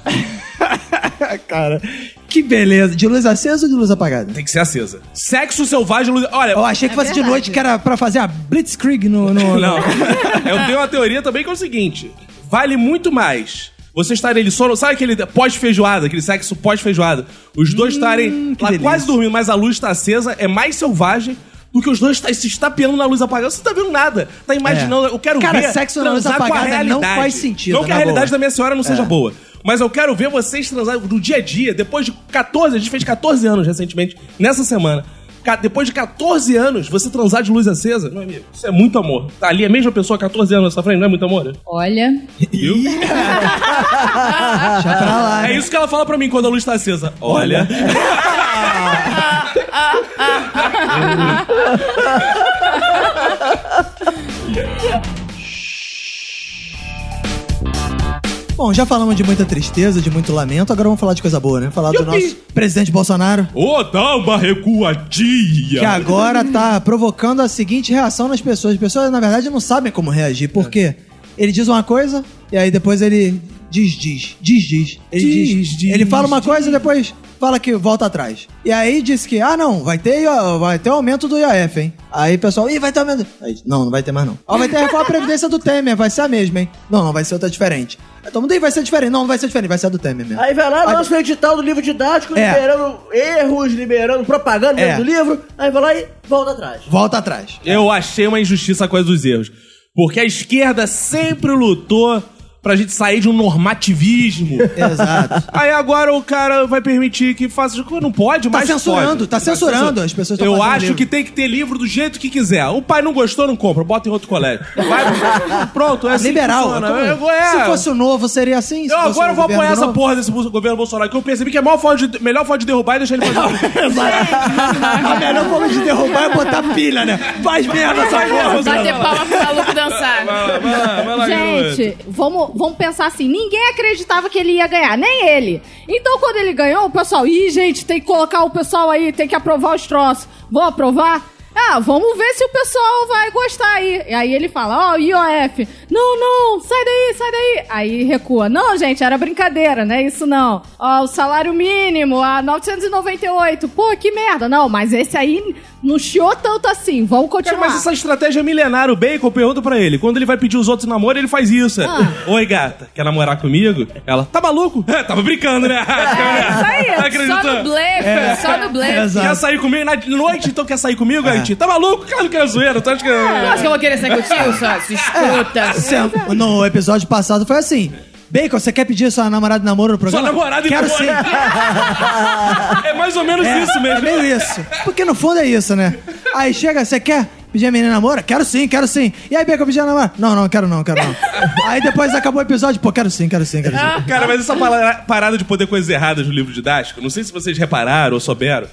<laughs> cara, que beleza. De luz acesa ou de luz apagada?
Tem que ser acesa. Sexo selvagem. luz- Olha,
Eu achei que fosse de noite que era pra fazer a blitzkrieg no... no-
Não. <laughs> Eu tenho uma teoria também que é o seguinte: vale muito mais. Você estarem ali só. Sabe aquele pós-feijoada, aquele sexo pós-feijoada? Os dois estarem lá
delícia.
quase dormindo, mas a luz está acesa, é mais selvagem do que os dois tá, se estapeando na luz apagada. Você não tá vendo nada. Tá imaginando.
É.
Eu quero
Cara,
ver.
sexo na luz
transar com a
apagada não
realidade.
faz sentido,
Não que a
na
realidade
boa. É.
da minha senhora não seja boa. Mas eu quero ver vocês transar no dia a dia, depois de 14, a gente fez 14 anos recentemente, nessa semana. Ca- Depois de 14 anos, você transar de luz acesa, meu amigo, isso é muito amor. Tá ali a mesma pessoa 14 anos na sua frente, não é muito amor? né?
Olha,
<laughs>
Deixa pra lá.
É
né?
isso que ela fala pra mim quando a luz tá acesa. Olha.
Bom, já falamos de muita tristeza, de muito lamento, agora vamos falar de coisa boa, né? Falar do
Yupi!
nosso presidente Bolsonaro,
Ô, dá uma recuadinha.
que agora tá provocando a seguinte reação nas pessoas. As pessoas, na verdade, não sabem como reagir,
É.
porque ele diz uma coisa e aí depois ele diz, diz, diz, diz. Ele, diz,
Diz, diz,
ele fala uma coisa e depois fala que volta atrás. E aí diz que, ah, não, vai ter, ó, vai ter o aumento do IAF, hein? Aí o pessoal, ih, vai ter aumento. Aí, não, não vai ter mais não. Ó, vai ter a reforma da Previdência do Temer, vai ser a mesma, hein? Não, não, vai ser outra diferente. Aí todo mundo, ih, vai ser diferente. Não, não vai ser diferente, vai ser a do Temer mesmo.
Aí vai lá, lança o edital do livro didático,
É.
liberando erros, liberando propaganda
É.
dentro do livro. Aí vai lá e volta atrás.
Volta atrás.
<laughs> Eu achei uma injustiça a coisa dos erros. Porque a esquerda sempre lutou pra gente sair de um normativismo.
Exato.
<laughs> Aí agora o cara vai permitir que faça. Não pode,
Tá
mas.
censurando,
pode.
tá censurando, as pessoas tão
Eu
fazendo
acho
livro.
que tem que ter livro do jeito que quiser. O pai não gostou, não compra, bota em outro colégio.
<laughs>
Vai, pronto, é assim que
Liberal.
funciona.
é como-
Eu- é.
Se fosse o novo, seria assim? Se
Eu
fosse
agora
o
vou
governo
apoiar essa
novo?
porra desse bolso- governo Bolsonaro, que eu percebi que é a maior forma de- melhor forma de derrubar e deixar
<laughs>
ele fazer.
é A melhor forma de derrubar é botar pilha, né? Faz merda essa porra.
Bater palma pro maluco dançar.
Tá vai lá, vai lá, garoto.
Gente, vamos, vamos pensar assim: ninguém acreditava que ele ia ganhar, nem ele. Então, quando ele ganhou, o pessoal, ih, gente, tem que colocar o pessoal aí, tem que aprovar os troços. Vou aprovar? Ah, vamos ver se o pessoal vai gostar aí. E aí ele fala, ó, IOF, não, não, sai daí, sai daí. Aí recua. Não, gente, era brincadeira, não é isso não. Ó, o salário mínimo, a 998. Pô, que merda. Não, mas esse aí não chiou tanto assim. Vamos
Cara,
continuar.
mas essa estratégia é milenária, o Bacon pergunta pra ele. Quando ele vai pedir os outros em namoro, ele faz isso. é,
Ah.
Oi, gata, quer namorar comigo? Ela, tá maluco? É, tava brincando, <laughs> né?
É,
Tá
isso aí. Só no
acreditando?
blefe, só no blefe.
Quer sair comigo? Na noite, então quer sair comigo, Gaiti? Tá maluco? Claro que é zoeira, tu acha que...
Eu acho que eu vou querer sair contigo, só. Se escuta.
Sem- Tá No episódio passado foi assim. Bacon, você quer pedir sua namorada em namoro no
Só
programa?
namorada e
Quero
namoro.
sim.
É mais ou menos
É,
isso
É
mesmo.
meio isso. Porque no fundo é isso, né? Aí chega, você quer pedir a menina namoro? Quero sim, quero sim. E aí, Bacon, pedir a namoro? Não, não, quero não, quero não. aí depois acabou o episódio, pô, quero sim, quero sim,
<laughs>
quero sim.
Cara, mas essa pala- parada de poder coisas erradas no livro didático, não sei se vocês repararam ou souberam,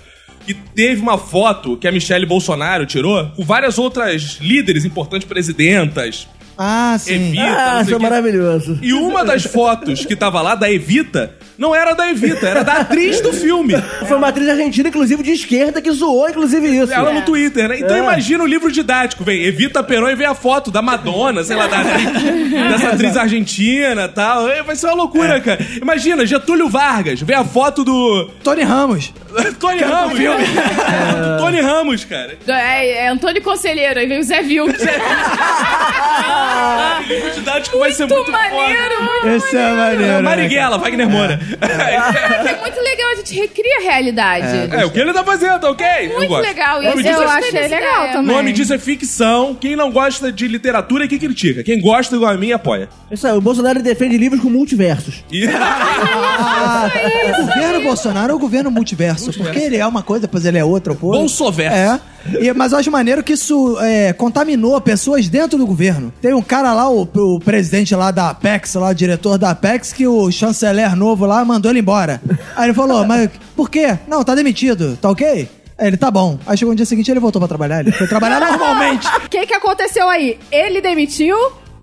que teve uma foto que a Michelle Bolsonaro tirou com várias outras líderes importantes, presidentas,
Ah, sim.
Evita,
Ah,
não sei
isso é
o quê.
maravilhoso.
E uma das fotos que tava lá da Evita não era da Evita, era da atriz do filme.
Foi uma atriz argentina, inclusive, de esquerda, que zoou, inclusive, isso.
Ela no Twitter, né? Então
É.
imagina o livro didático, vem Evita Peron e vem a foto da Madonna, sei lá, da atriz,
<laughs>
dessa atriz argentina e tal. É, Vai ser uma loucura, cara. Imagina, Getúlio Vargas, vem a foto do
Tony Ramos.
<laughs> Tony Ramos. Filme. Tony Ramos, cara.
É, é Antônio Conselheiro, aí vem o Zé Vilk.
O livro é um didático vai ser muito
muito
foda.
maneiro, muito
Esse é maneiro. né?
Marighella, Wagner Moura.
Caraca, é muito legal, a gente recria a realidade.
<laughs> É, o que ele tá fazendo, tá ok? Eu
Muito
gosto.
legal.
Eu,
e gostei
eu
dessa
achei
ideia.
legal
O
também.
é nome disso é ficção. Quem não gosta de literatura é que critica. Quem gosta igual a mim, apoia.
Isso aí, o Bolsonaro defende livros com multiversos.
E- <laughs>
Ah, o governo Bolsonaro é o governo multiverso, porque ele é uma coisa, depois ele é outra, pô.
Bolsoverso.
É. E, mas eu acho maneiro que isso é, contaminou pessoas dentro do governo. Tem um cara lá, o, o presidente lá da Apex, lá, o diretor da Apex, que o chanceler novo lá mandou ele embora. Aí ele falou, mas por quê? Não, tá demitido, tá ok? Aí Ele tá bom. Aí chegou no dia seguinte ele voltou pra trabalhar. Ele foi trabalhar normalmente.
O que, que aconteceu aí? Ele demitiu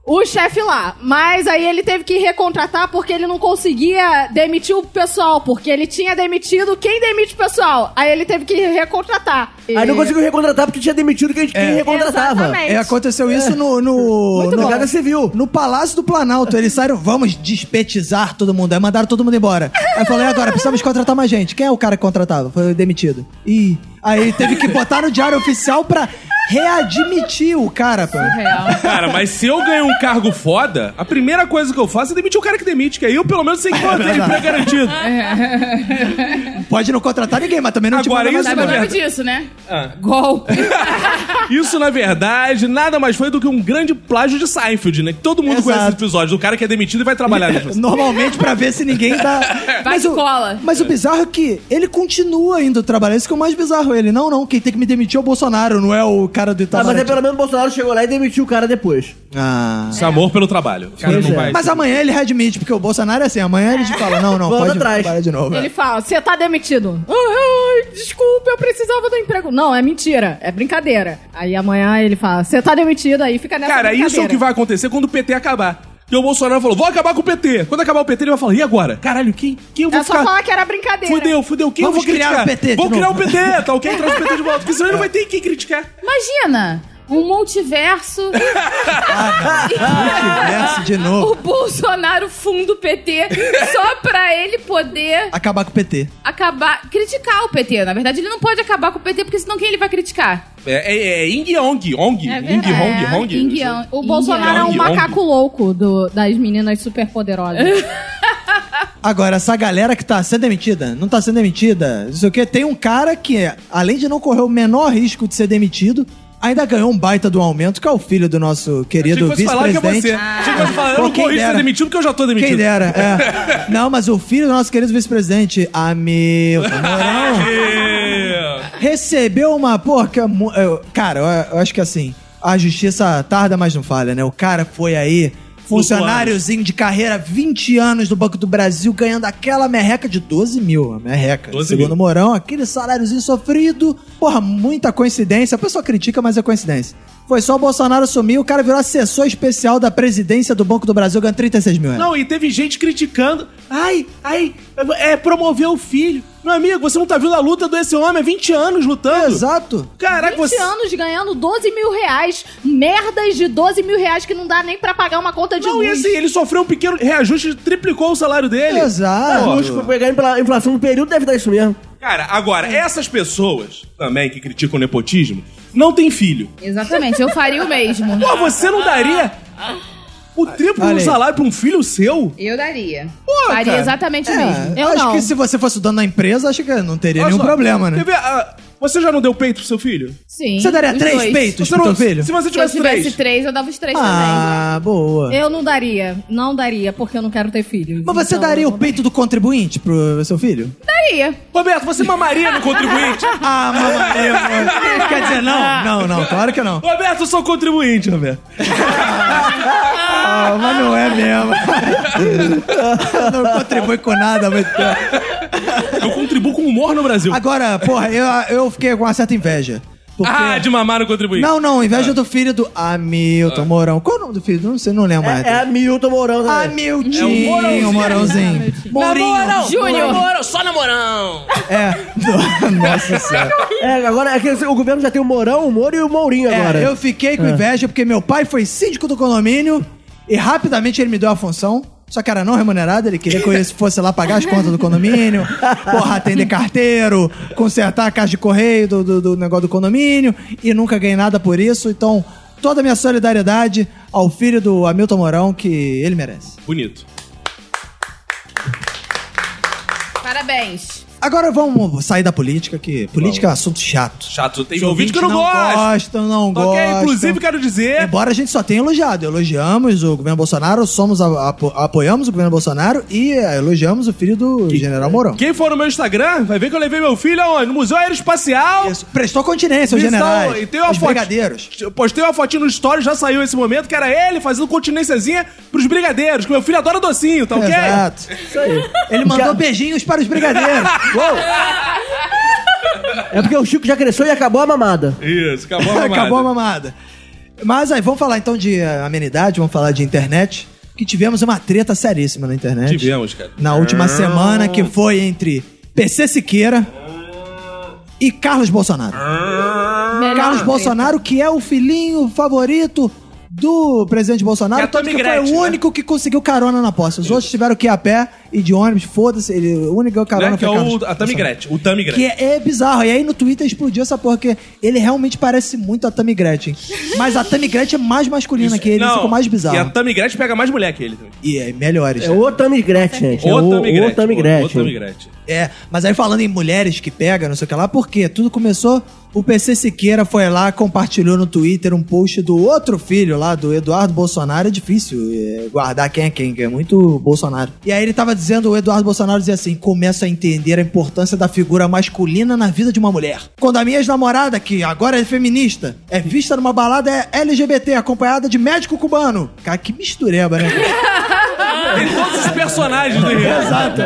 o chefe lá, mas aí ele teve que recontratar porque ele não conseguia demitir o pessoal, porque ele tinha demitido quem demite o pessoal. Aí ele teve que recontratar.
Aí não
E-
conseguiu recontratar porque tinha demitido quem, quem recontratava.
Exatamente.
É, aconteceu isso no. no
Muito
no,
bom. Guarda Civil.
No Palácio do Planalto. Eles saíram, vamos despetizar todo mundo. Aí mandaram todo mundo embora. Aí eu falei, agora precisamos contratar mais gente. Quem é o cara que contratava? Foi demitido. Ih. Aí teve que botar no diário oficial pra readmitir o cara, pô.
Real.
Cara, mas se eu ganho um cargo foda, a primeira coisa que eu faço é demitir o cara que demite, que aí eu pelo menos sei que vou ter emprego garantido.
Pode não contratar ninguém, mas também não te
Agora,
manda mais
isso
Sabe o
embora.
nome
verdade.
disso, né?
Ah.
Golpe.
Isso, na verdade, nada mais foi do que um grande plágio de Seinfeld, né? Que Todo mundo
Exato.
conhece esse episódio, do cara que é demitido e vai
<laughs>
trabalhar. Né?
Normalmente pra ver se ninguém tá.
Vai que cola.
Mas o bizarro é que ele continua indo trabalhar. Isso que é o mais bizarro. Ele, não, não, quem tem que me demitir é o Bolsonaro, não é o cara do
Ah, mas
Itamaraty.
aí pelo menos o Bolsonaro chegou lá e demitiu o cara depois.
Ah.
Isso é amor pelo trabalho. O cara
Pois
não
é.
vai.
Mas amanhã ele readmite, porque o Bolsonaro é assim, amanhã ele te fala, não, não,
Volta
pode
atrás.
parar de novo.
Ele fala, você tá demitido. Ai, ai, desculpa, eu precisava do emprego. Não, é mentira, é brincadeira. Aí amanhã ele fala, você tá demitido, aí fica nessa
Cara,
brincadeira.
isso é o que vai acontecer quando o PT acabar. Porque o Bolsonaro falou, vou acabar com o PT. Quando acabar o PT, ele vai falar, e agora? Caralho, quem, quem eu vou
É só
ficar...
falar que era brincadeira.
Fudeu, fudeu. Quem
Vamos
eu vou
criar
criticar?
o PT de
Vou
novo. É.
criar o PT, tá ok? Traz o PT de volta, porque senão ele não vai ter quem criticar.
Imagina um
<laughs>
multiverso.
Multiverso é assim
<laughs>
de
o
novo.
Bolsonaro funda o PT só pra ele poder
Acabar com o PT.
acabar. criticar o PT. Na verdade, ele não pode acabar com o PT, porque senão quem ele vai criticar?
É, é, é Ying Yong, Ong,
É
Ying Hong,
verdade.
Hong.
Ying Yang.
O Bolsonaro é um
Yang,
macaco louco do- das meninas superpoderosas.
Agora, essa galera que tá sendo demitida, não tá sendo demitida, não sei o quê, tem um cara que, além de não correr o menor risco de ser demitido, ainda ganhou um baita do aumento, que é o filho do nosso
Achei que
querido
fosse falar que é você.
vice-presidente.
Achei que fosse falar, eu
Pô,
não
quem
corri de ser
dera.
demitido porque eu já tô demitido.
Quem dera, é. Não, mas o filho do nosso querido vice-presidente, Amil Mourão,
É.
recebeu uma porca. mu- eu- Cara, eu, eu acho que assim, a justiça tarda, mas não falha, né? O cara foi aí, funcionáriozinho de carreira, 20 anos do Banco do Brasil, ganhando aquela merreca de 12 mil. A merreca.
12
segundo
mil.
Mourão, aquele saláriozinho sofrido. Porra, muita coincidência. A pessoa critica, mas é coincidência. Foi só o Bolsonaro assumir, o cara virou assessor especial da presidência do Banco do Brasil, ganhando 36 mil né? reais.
Não, e teve gente criticando. Ai, ai, é promover o filho. Meu amigo, você não tá vendo a luta desse homem há 20 anos lutando?
Exato.
Caraca,
20
você.
anos ganhando 12 mil reais. Merdas de 12 mil reais que não dá nem pra pagar uma conta de
Não, e
luz.
assim, ele sofreu um pequeno reajuste, triplicou o salário dele.
Exato.
Tá, Os pra pegar a infla- inflação do período deve dar isso mesmo.
Cara, agora,
É.
essas pessoas também que criticam o nepotismo não têm filho.
Exatamente, eu faria o mesmo.
Pô, você não daria o triplo
Olha
do
aí.
salário pra um filho seu?
Eu daria.
Pô,
faria
cara.
exatamente o
É,
mesmo.
Eu
acho
não.
que se você fosse o dono da empresa, acho que não teria
Olha
nenhum
só,
problema,
quer
né?
ver, ah, você já não deu peito pro seu filho?
Sim.
Você daria
os
três
dois.
peitos
Você
pro
não-
teu filho?
Se você
Se eu
tivesse,
tivesse
três.
três, eu dava os três também.
Ah, boa.
Eu não daria. Não daria, porque eu não quero ter filho.
Mas você
Então,
daria
eu
o
não-
peito do contribuinte pro seu filho?
Daria.
Roberto, você mamaria no <laughs> contribuinte?
Ah, mamaria. mano. <laughs> Quer dizer, não? Não, não, claro que não.
Roberto, eu sou contribuinte, Roberto.
Ah, mas não é mesmo. <laughs> não contribui com nada, mas.
Eu contribuo com humor no Brasil.
Agora, porra, eu, eu fiquei com uma certa inveja. Porque...
Ah, de mamar no contribuinte.
Não, não, inveja do filho do Hamilton Mourão. Qual é o nome do filho? Não sei, não lembro mais.
É, é a Milton Mourão também.
É o
Hamilton,
Mourãozinho.
Mourãozinho. Mourinho.
Júnior.
só namorão.
É. <laughs> Nossa senhora.
É, agora é que o governo já tem o Mourão, o Moro e o Mourinho agora.
É, eu fiquei com inveja porque meu pai foi síndico do condomínio e rapidamente ele me deu a função. Só que era não remunerada, ele queria que eu fosse lá pagar as contas do condomínio, porra, atender carteiro, consertar a caixa de correio do, do- do negócio do condomínio, e nunca ganhei nada por isso. Então, toda a minha solidariedade ao filho do Hamilton Mourão, que ele merece.
Bonito.
Parabéns.
Agora vamos sair da política, que política é um assunto chato.
Chato, tem
Os
ouvinte que eu não,
ouvintes
gosto.
não
Ok,
gostam, não gostam.
Inclusive, quero dizer...
Embora a gente só tenha elogiado, elogiamos o governo Bolsonaro, somos a- apo- apoiamos o governo Bolsonaro e eh, elogiamos o filho do general Mourão.
Quem for no meu Instagram vai ver que eu levei meu filho aonde? No Museu Aeroespacial.
Isso. Prestou continência aos
Missão,
generais,
é e tem uma
aos
foto-
brigadeiros.
Eu postei uma fotinho no story, já saiu esse momento, que era ele fazendo continênciazinha pros brigadeiros, que meu filho adora docinho, tá ok?
Exato.
Isso aí.
Ele mandou beijinhos para os brigadeiros.
Uou. É porque o Chico já cresceu e acabou a mamada.
Isso, <laughs> acabou <laughs> a mamada.
Acabou a mamada. Mas aí, vamos falar então de eh, amenidade, vamos falar de internet, que tivemos uma treta seríssima na internet.
Tivemos, cara.
Na última semana, que foi entre PC Siqueira e Carlos Bolsonaro.
Melhor
Carlos
não.
Bolsonaro, que é o filhinho favorito do presidente Bolsonaro,
Que é a
tanto que
Tommy
foi
Gretchen,
o único que conseguiu carona na posse. Os outros tiveram que ir a pé e de ônibus, foda-se. ele- O único que deu carona
Né? Que
foi
é
Carlos
o, a Tammy
Bolsonaro.
Gretchen. O Tammy Gretchen.
Que é, é bizarro. E aí no Twitter explodiu essa porra, porque ele realmente parece muito a Tammy Gretchen. Mas a Tammy Gretchen é mais masculina que ele, isso ficou mais
E
bizarro.
a Tammy Gretchen pega mais mulher que ele também.
E é, melhores.
É o Tammy Gretchen, gente. É o
Tammy
o
Gretchen,
Tammy
o-
Gretchen.
o Tammy Gretchen.
É, mas aí falando em mulheres que pega, não sei o que lá, por quê? Tudo começou. O PC Siqueira foi lá, compartilhou no Twitter um post do outro filho lá, do Eduardo Bolsonaro. É difícil é, guardar quem é quem, que é muito Bolsonaro. E aí ele tava dizendo, o Eduardo Bolsonaro dizia assim: começo a entender a importância da figura masculina na vida de uma mulher. Quando a minha ex-namorada, que agora é feminista, é vista numa balada é LGBT, acompanhada de médico cubano. Cara, que mistureba, né?
Tem todos os personagens do Rio.
Exato.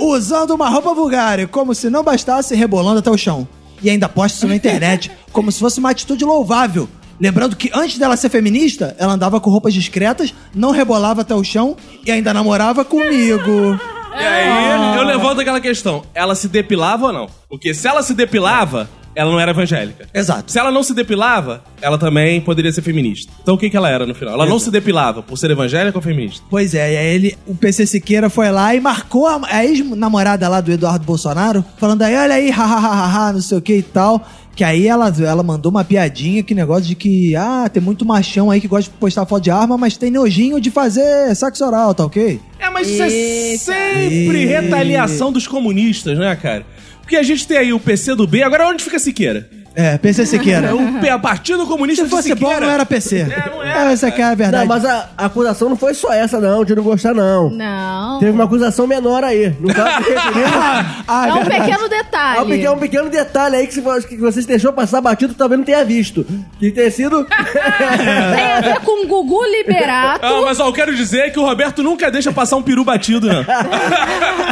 Usando uma roupa vulgar, e como se não bastasse, rebolando até o chão. E ainda posta isso na internet, como se fosse uma atitude louvável. Lembrando que antes dela ser feminista, ela andava com roupas discretas, não rebolava até o chão e ainda namorava comigo.
E aí, eu levanto aquela questão. Ela se depilava ou não? Porque se ela se depilava, ela não era evangélica.
Exato.
Se ela não se depilava, ela também poderia ser feminista. Então o que, que ela era no final? Ela não se depilava por ser evangélica ou feminista?
Pois é, e aí ele, o PC Siqueira foi lá e marcou a, a ex-namorada lá do Eduardo Bolsonaro, falando aí, olha aí, <laughs> hahaha, não sei o que e tal. Que aí ela, ela mandou uma piadinha, que negócio de que, ah, tem muito machão aí que gosta de postar foto de arma, mas tem nojinho de fazer sexo oral, tá ok?
É, mas isso é sempre retaliação dos comunistas, né, cara? Porque a gente tem aí o PC do B, agora onde fica Siqueira?
É, PC Siqueira.
É o P- Partido Comunista
Se
de
fosse bom,
Siqueira.
não era PC.
É, não era,
Essa aqui é a
Não,
verdade.
mas a, a acusação não foi só essa, não, de não gostar, não.
Não.
Teve uma acusação menor aí. No caso do referendo,
Ah,
É um
verdade. É
pequeno
há um
detalhe.
pequeno, um pequeno detalhe aí que, se- que vocês deixou passar batido, talvez não tenha visto. Que tenha sido.
Tem a ver com o
<laughs>
Gugu Liberato.
Ah, mas ó, eu quero dizer que o Roberto nunca deixa passar um peru
<laughs>
batido, não.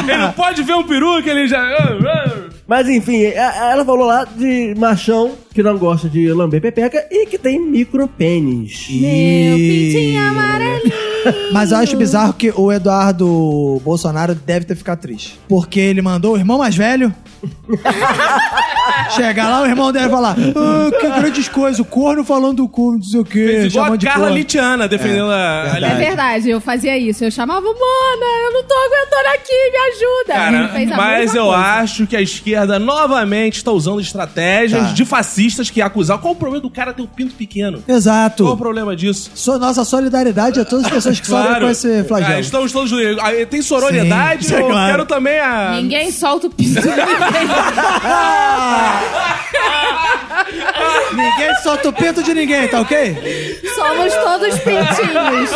ele não pode ver um peru que ele já. ah,
Mas enfim, a- a- ela falou lá de machão que não gosta de lamber pepeca e que tem micro pênis.
Meu pintinho amarelinho.
Mas eu acho bizarro que o Eduardo Bolsonaro deve ter ficado triste. Porque ele mandou o irmão mais
<laughs>
velho. Chegar lá, o irmão deve falar: "Ah, que grandes coisas, o corno falando do cu, não sei o quê.
Fez igual
chamando
a
de
Carla
corno."
Litiana defendendo a.
É verdade, eu fazia isso. Eu chamava, Mona, eu não tô aguentando aqui, me ajuda.
Cara,
Ele fez a
mas
mesma
eu
coisa.
acho que a esquerda novamente está usando estratégias
Tá.
de fascistas que acusar. Qual o problema do cara ter o pinto pequeno? Qual o
Exato.
problema disso?
So- nossa solidariedade a todas as pessoas que sofrem com esse flagelo.
Ah, estamos todos. Ah, Tem sororidade?
Sim, isso é
eu
claro.
quero também a.
Ninguém solta o piso.
<laughs>
Ninguém solta o pinto de ninguém, tá ok?
Somos todos pintinhos.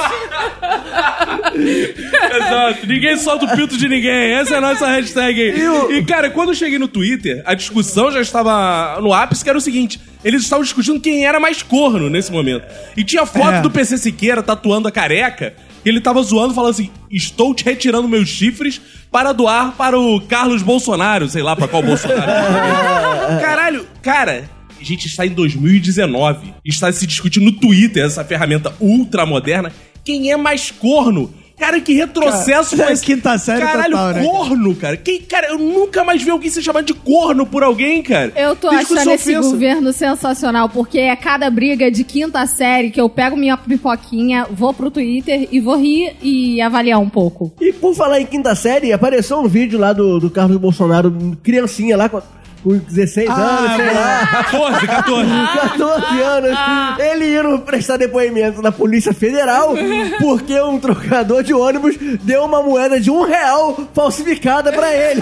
Exato. Ninguém solta o pinto de ninguém. Essa é a nossa hashtag aí. E, cara, quando eu cheguei no Twitter, a discussão já estava no ápice, que era o seguinte. Eles estavam discutindo quem era mais corno nesse momento. E tinha foto
É.
do PC Siqueira tatuando a careca. E ele tava zoando, falando assim, estou te retirando meus chifres para doar para o Carlos Bolsonaro. Sei lá pra qual
<laughs>
Bolsonaro. Caralho, cara... A gente está em 2019. Está se discutindo no Twitter, essa ferramenta ultramoderna, quem é mais corno. Cara, que retro processo
Cara, é
mas
quinta série
Caralho,
total, né, cara?
corno, cara. Quem, cara, eu nunca mais vi alguém ser chamado de corno por alguém, cara.
Eu tô
Desde que
achando
isso é
esse
ofensa.
governo sensacional, porque é cada briga de quinta série que eu pego minha pipoquinha, vou pro Twitter e vou rir e avaliar um pouco.
E por falar em quinta série, apareceu um vídeo lá do, do Carlos Bolsonaro, criancinha lá com, com
Ah,
16 anos, sei
Ah,
lá.
14, 14.
<laughs>
14 anos, ele indo prestar depoimento na Polícia Federal porque um trocador de ônibus deu uma moeda de um real falsificada pra
<laughs>
ele.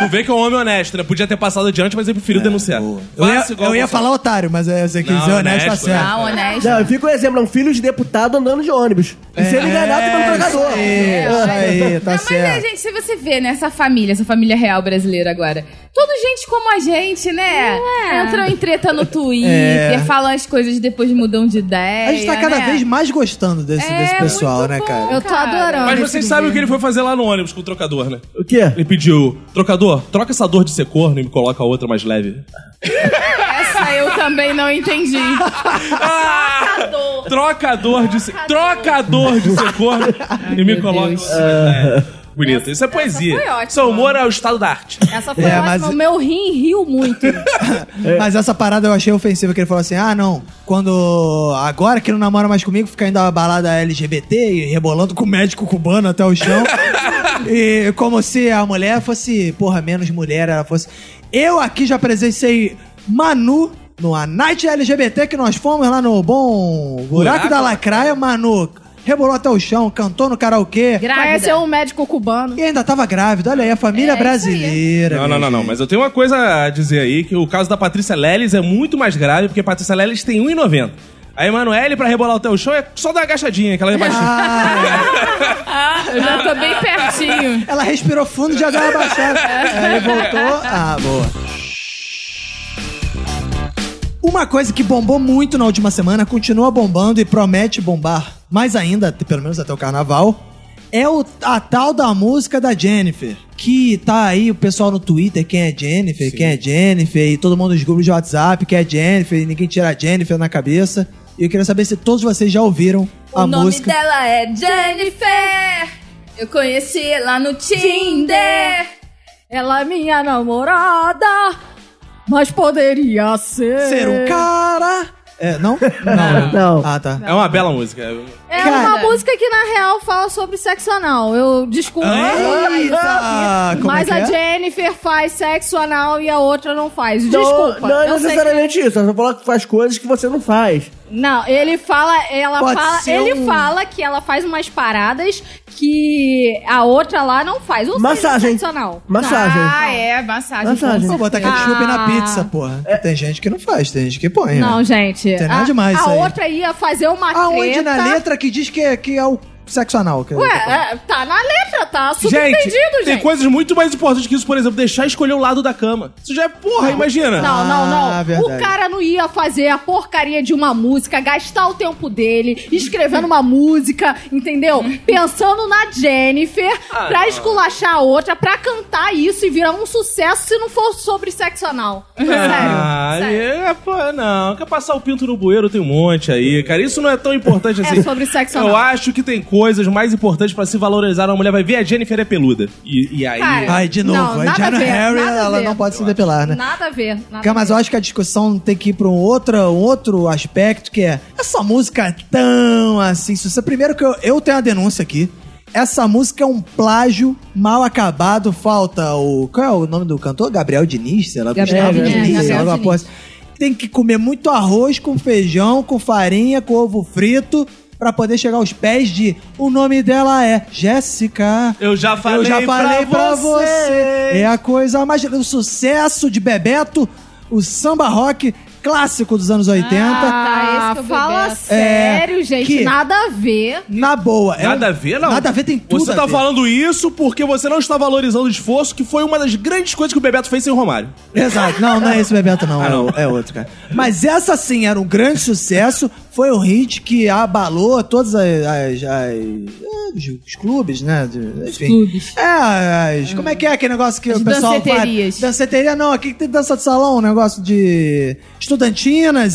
Tu vê que é um homem honesto, né? Podia ter passado adiante, mas ele preferiu
É,
denunciar.
Eu ia,
Faça igual
eu ia
você.
falar otário, mas é, você quis
Não,
dizer honesto, tá
honesto,
certo.
Não, honesto.
Não, fica o exemplo, é um filho de deputado andando de ônibus. E sendo enganado é
É,
pelo um trocador.
É, isso aí, isso aí, tá
Não, mas é,
certo.
gente, se você vê, né, essa família, essa família real brasileira agora, toda gente como a gente, né? Entram em treta
<laughs>
no Twitter,
É.
falam as coisas e depois mudam de ideia.
A gente tá cada
né?
vez mais gostando desse,
É,
desse pessoal,
muito
né,
bom.
cara?
Eu tô
Cara,
adorando.
Mas
esse
vocês sabem o que
governo.
ele foi fazer lá no ônibus com o trocador, né?
O quê?
Ele pediu, trocador, troca essa dor de ser corno e me coloca outra mais leve.
Essa eu também não
<laughs>
entendi. Trocador.
Trocador de ser. Trocador de ser corno e me
meu
coloca.
Deus.
É. Bonito. Isso é poesia.
foi ótima.
Isso é humor ao estado da arte.
Essa foi
É,
ótima.
mas-
O meu rim
<laughs>
riu muito.
É.
Mas essa parada eu achei ofensiva, que ele falou assim, ah, não, quando... Agora que não namora mais comigo, fica indo a balada LGBT e rebolando com o médico cubano até
<laughs>
o chão. e como se a mulher fosse, porra, menos mulher, ela fosse... Eu aqui já presenciei Manu... Numa night LGBT que nós fomos lá no bom buraco,
Buraco?
da lacraia, Manu rebolou até o chão, cantou no karaokê
Grávida.
Conheceu um médico cubano.
e ainda tava grávida. Olha aí, a
É
família brasileira.
Não, não, não, não. Mas eu tenho uma coisa a dizer aí, que o caso da Patrícia Lelis é muito mais grave, porque a Patrícia Lelis tem 1,90. A Emanuele, pra rebolar o teu chão, é só dar uma agachadinha, que ela é baixinha.
<laughs> Ah,
Eu já tô bem pertinho.
ela respirou fundo e já deu
<laughs>
uma baixada.
É.
Aí voltou. Ah, boa. Uma coisa que bombou muito na última semana, continua bombando e promete bombar mais ainda, pelo menos até o carnaval, é o, a tal da música da Jennifer. Que tá aí o pessoal no Twitter, quem é Jennifer, quem é Jennifer, e todo mundo nos grupos de WhatsApp, quem é Jennifer, e ninguém tira a Jennifer na cabeça. E eu queria saber se todos vocês já ouviram a
o nome
música.
dela é Jennifer. Eu conheci lá no Tinder.
Ela é minha namorada. Mas poderia ser.
Ser um cara. É, não? Não.
Não.
Ah, tá.
É uma bela música.
É uma
Cara.
música que, na real, fala sobre sexo anal. Eu desculpa.
Eita! é Como
mas
é que
a
é?
Jennifer faz sexo anal e a outra não faz.
Não-
Desculpa.
Não é
eu sei que-
necessariamente isso. Ela só fala que faz coisas que você não faz.
Não, ele fala, ela
Pode
fala,
ser
ele
um-
fala que ela faz umas paradas que a outra lá não faz. Ou seja,
Massagem.
sexo anal.
Massagem.
Ah, é, massagem.
Massagem.
Pô, botar ketchup
Ah.
na pizza, porra. Tem gente que não faz, tem gente que põe.
Não,
né?
gente.
Tem nada
a,
demais
a
isso aí.
outra ia fazer uma
Aonde
treta.
na letra que diz que é, que é o sexo anal? Que
Ué, é, tá na letra, tá subentendido,
Gente,
gente.
tem coisas muito mais importantes que isso, por exemplo, deixar escolher o lado da cama. Isso já é porra, imagina.
Não, não, não.
Ah,
o
verdade.
cara não ia fazer a porcaria de uma música, gastar o tempo dele escrevendo uma música, entendeu? Pensando na Jennifer
Ah,
pra
não.
esculachar a outra, pra cantar isso e virar um sucesso se não for sobre sexo anal. Sério.
Ah, é, pô, não. Quer passar o pinto no bueiro, tem um monte aí, cara. Isso não é tão importante assim.
<laughs> É sobre sexo
Eu
anal.
acho que tem coisas mais importantes pra se valorizar uma mulher. Vai ver a Jennifer é peluda. E, e aí.
Cara.
Ai, de novo.
Não,
a
nada
Jenna
a ver,
Harry,
nada a
ela
ver.
não pode se depilar, né?
Nada a ver. nada
Cara,
a
mas
ver.
eu acho que a discussão tem que ir pra um outro, um outro aspecto, que é essa música é tão assim. Se você, primeiro que eu, eu tenho uma denúncia aqui. Essa música é um plágio mal acabado. Falta o. Qual é o nome do cantor? Gabriel Diniz, sei lá.
Gabriel
Gustavo
Diniz,
sei lá,
Gabriel
alguma
Diniz.
porra assim. Tem que comer muito arroz com feijão, com farinha, com ovo frito. Pra poder chegar aos pés de. O nome dela é Jéssica.
Eu já falei,
Eu já falei pra você. É
É
a coisa mais. O sucesso de Bebeto, o samba rock clássico dos anos 80.
Ah,
Tá, esse que eu
fala
bebeço.
sério,
É,
gente.
que-
Nada a ver.
Na boa. É
Nada
um-
a ver, não.
Nada a ver, tem tudo.
Você
a
tá
ver.
falando isso porque você não está valorizando o esforço, que foi uma das grandes coisas que o Bebeto fez sem o Romário.
Exato. Não, não é esse Bebeto, não.
<laughs> Ah,
é
não.
o- É, outro, cara. Mas essa sim era um grande sucesso. Foi um hit que abalou todos as, as- as- os, os clubes, né? De- enfim.
clubes.
É, as- como é que é aquele negócio que
As
o pessoal
danceterias.
faz? Danceteria não, aqui que tem dança de salão, um negócio de estudantinas,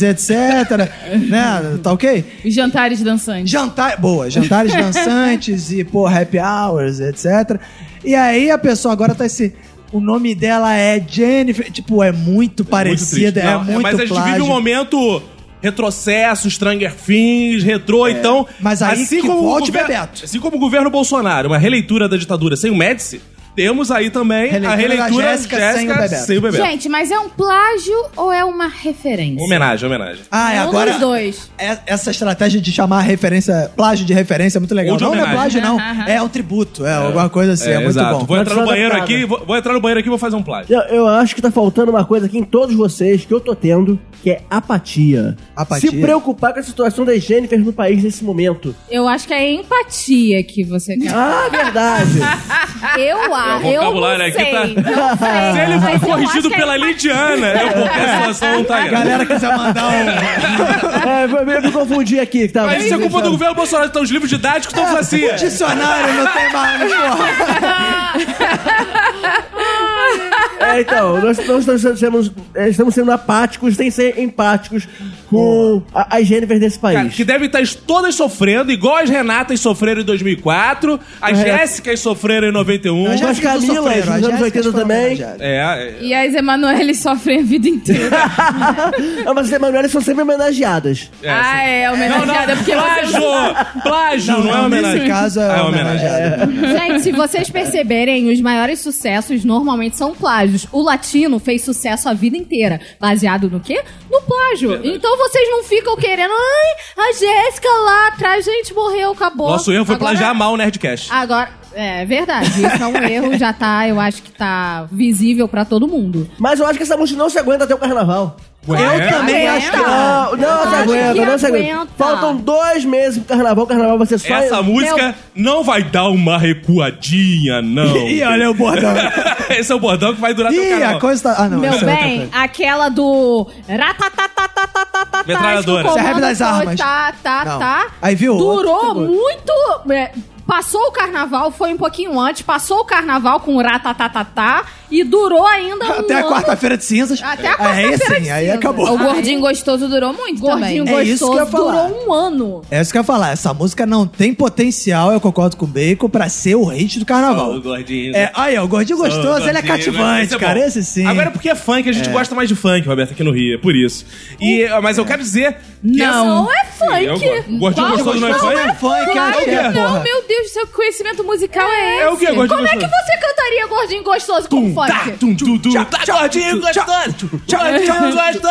<laughs>
etc. né? Tá ok?
Os jantares dançantes.
Jantar, boa,
<laughs>
jantares dançantes e, pô, happy hours, etc. E aí a pessoa agora tá esse. O nome dela é Jennifer. Tipo, é muito parecida,
triste.
é
Não,
muito
Mas a gente vive
plágio.
um momento retrocesso, Stranger Things, retrô, então...
É, mas aí que volte
o governo,
Bebeto.
Assim como o governo Bolsonaro, uma releitura da ditadura sem o Médici, temos aí também
Releitura da
a releitura
Jéssica sem o Bebeto.
sem o Bebeto.
Gente, mas é um plágio ou é uma referência?
Homenagem, homenagem.
Ah, é,
É um
agora.
dos dois.
é- Essa estratégia de chamar a referência, plágio de referência é muito legal.
Ou de
Não, não é plágio,
homenagem.
não.
Aham.
É um tributo, é, alguma coisa assim, é, muito
exato.
bom.
Vou
Pode
entrar no
ser
banheiro
adaptado.
aqui, vou, vou entrar no banheiro aqui e vou fazer um plágio.
Eu, eu acho que tá faltando uma coisa aqui em todos vocês que eu tô tendo, que é apatia.
Apatia?
Se preocupar com a situação das Jennifer no país nesse momento.
Eu acho que é empatia que você quer.
Ah,
<laughs>
verdade.
Eu
É,
acho.
o
Eu não
vocabulário aqui
sei.
tá-
Não sei.
<laughs> Se ele
Ah. mas eu
for
acho
corrigido
que é
pela Lidiana, é porque a situação não tá grave.
Galera quiser mandar um.
é, eu me- eu me confundi aqui. tá? Que tava
Mas isso é culpa do governo Bolsonaro, então os livros didáticos
É.
estão assim.
O dicionário não tem
<laughs>
mais, porra.
É, então, nós, nós estamos, sendo- é, estamos sendo apáticos, tem que ser empáticos com a, as Jennifer desse país.
Cara, que devem estar todas sofrendo, igual as Renatas sofreram em 2004, as
Correto.
Jéssicas sofreram em
As
91.
já-
Jéssicas
Camilas,
sofreram,
nos
as
anos
Jéssicas
80
foram
também.
homenageadas.
É, é.
E as Emanuele sofrem a vida inteira.
Ah, mas as Emanueles são sempre homenageadas.
<laughs> é, assim.
ah, é, homenageada. porque você
Plágio!
não-
Plágio! Não, é homenagem.
Nesse caso é
Ah,
homenageado.
Gente, se vocês perceberem, os maiores sucessos normalmente são plágios. O latino fez sucesso a vida inteira. Baseado no quê? No plágio. Então vocês não ficam querendo. Ai, a Jéssica lá atrás, gente, morreu, acabou.
Nosso erro foi
Agora-
plagiar mal o
Ah,
Nerdcast.
Agora, é verdade. Isso é um erro, já tá, eu acho que tá visível pra todo mundo.
Mas eu acho que essa música não se aguenta até o carnaval.
Ué?
também
Aguenta.
acho que
Não, não se
acho
aguenta,
que
não se aguenta.
aguenta.
Faltam dois meses pro carnaval, o carnaval vai ser só.
Essa música não vai dar uma recuadinha, não.
<laughs> Ih, olha o bordão.
<laughs> Esse é o bordão que vai durar até o
Ih,
carnaval.
a coisa tá. Ah, não.
Meu
essa é outra
bem,
coisa.
aquela do. ratatatatatatatatá,
Metralhadora.
que o comando
Serve das
foi
armas.
Tá, tá,
Não.
tá.
Aí viu?
Durou
Outro-
muito. é, Passou o carnaval, foi um pouquinho antes, passou o carnaval com o ratatatatá e durou ainda um
Até a
ano.
quarta-feira de cinzas. É,
Até a
Aí
quarta-feira de
sim, aí
cinzas.
acabou.
Ah,
O gordinho gostoso durou muito
Gordinho
também.
É isso
gostoso
que eu ia falar.
durou um ano.
É isso que eu ia falar. Essa música não tem potencial, eu concordo com o Bacon, pra ser o hit do carnaval.
Ô, gordinho.
É, olha, o gordinho
Ô,
gostoso, ele é
gordinho,
cativante,
esse é bom.
cara. Esse sim.
Agora é porque é funk, a gente gosta mais de funk, Roberto, aqui no Rio, é por isso. E, Mas eu quero dizer. que
Não.
Não é
essa- Eu
funk.
gosto. Gordinho
Qual?
gostoso não é funk?
é funk,
Claro
acho que é,
não,
porra.
meu Deus, seu conhecimento musical é, esse.
É o quê, gordinho
Como é que
gostoso?
você cantaria gordinho gostoso com
Tum,
funk?
tá, tum, tum, tum, tá, gordinho gostoso, gordinho gostoso,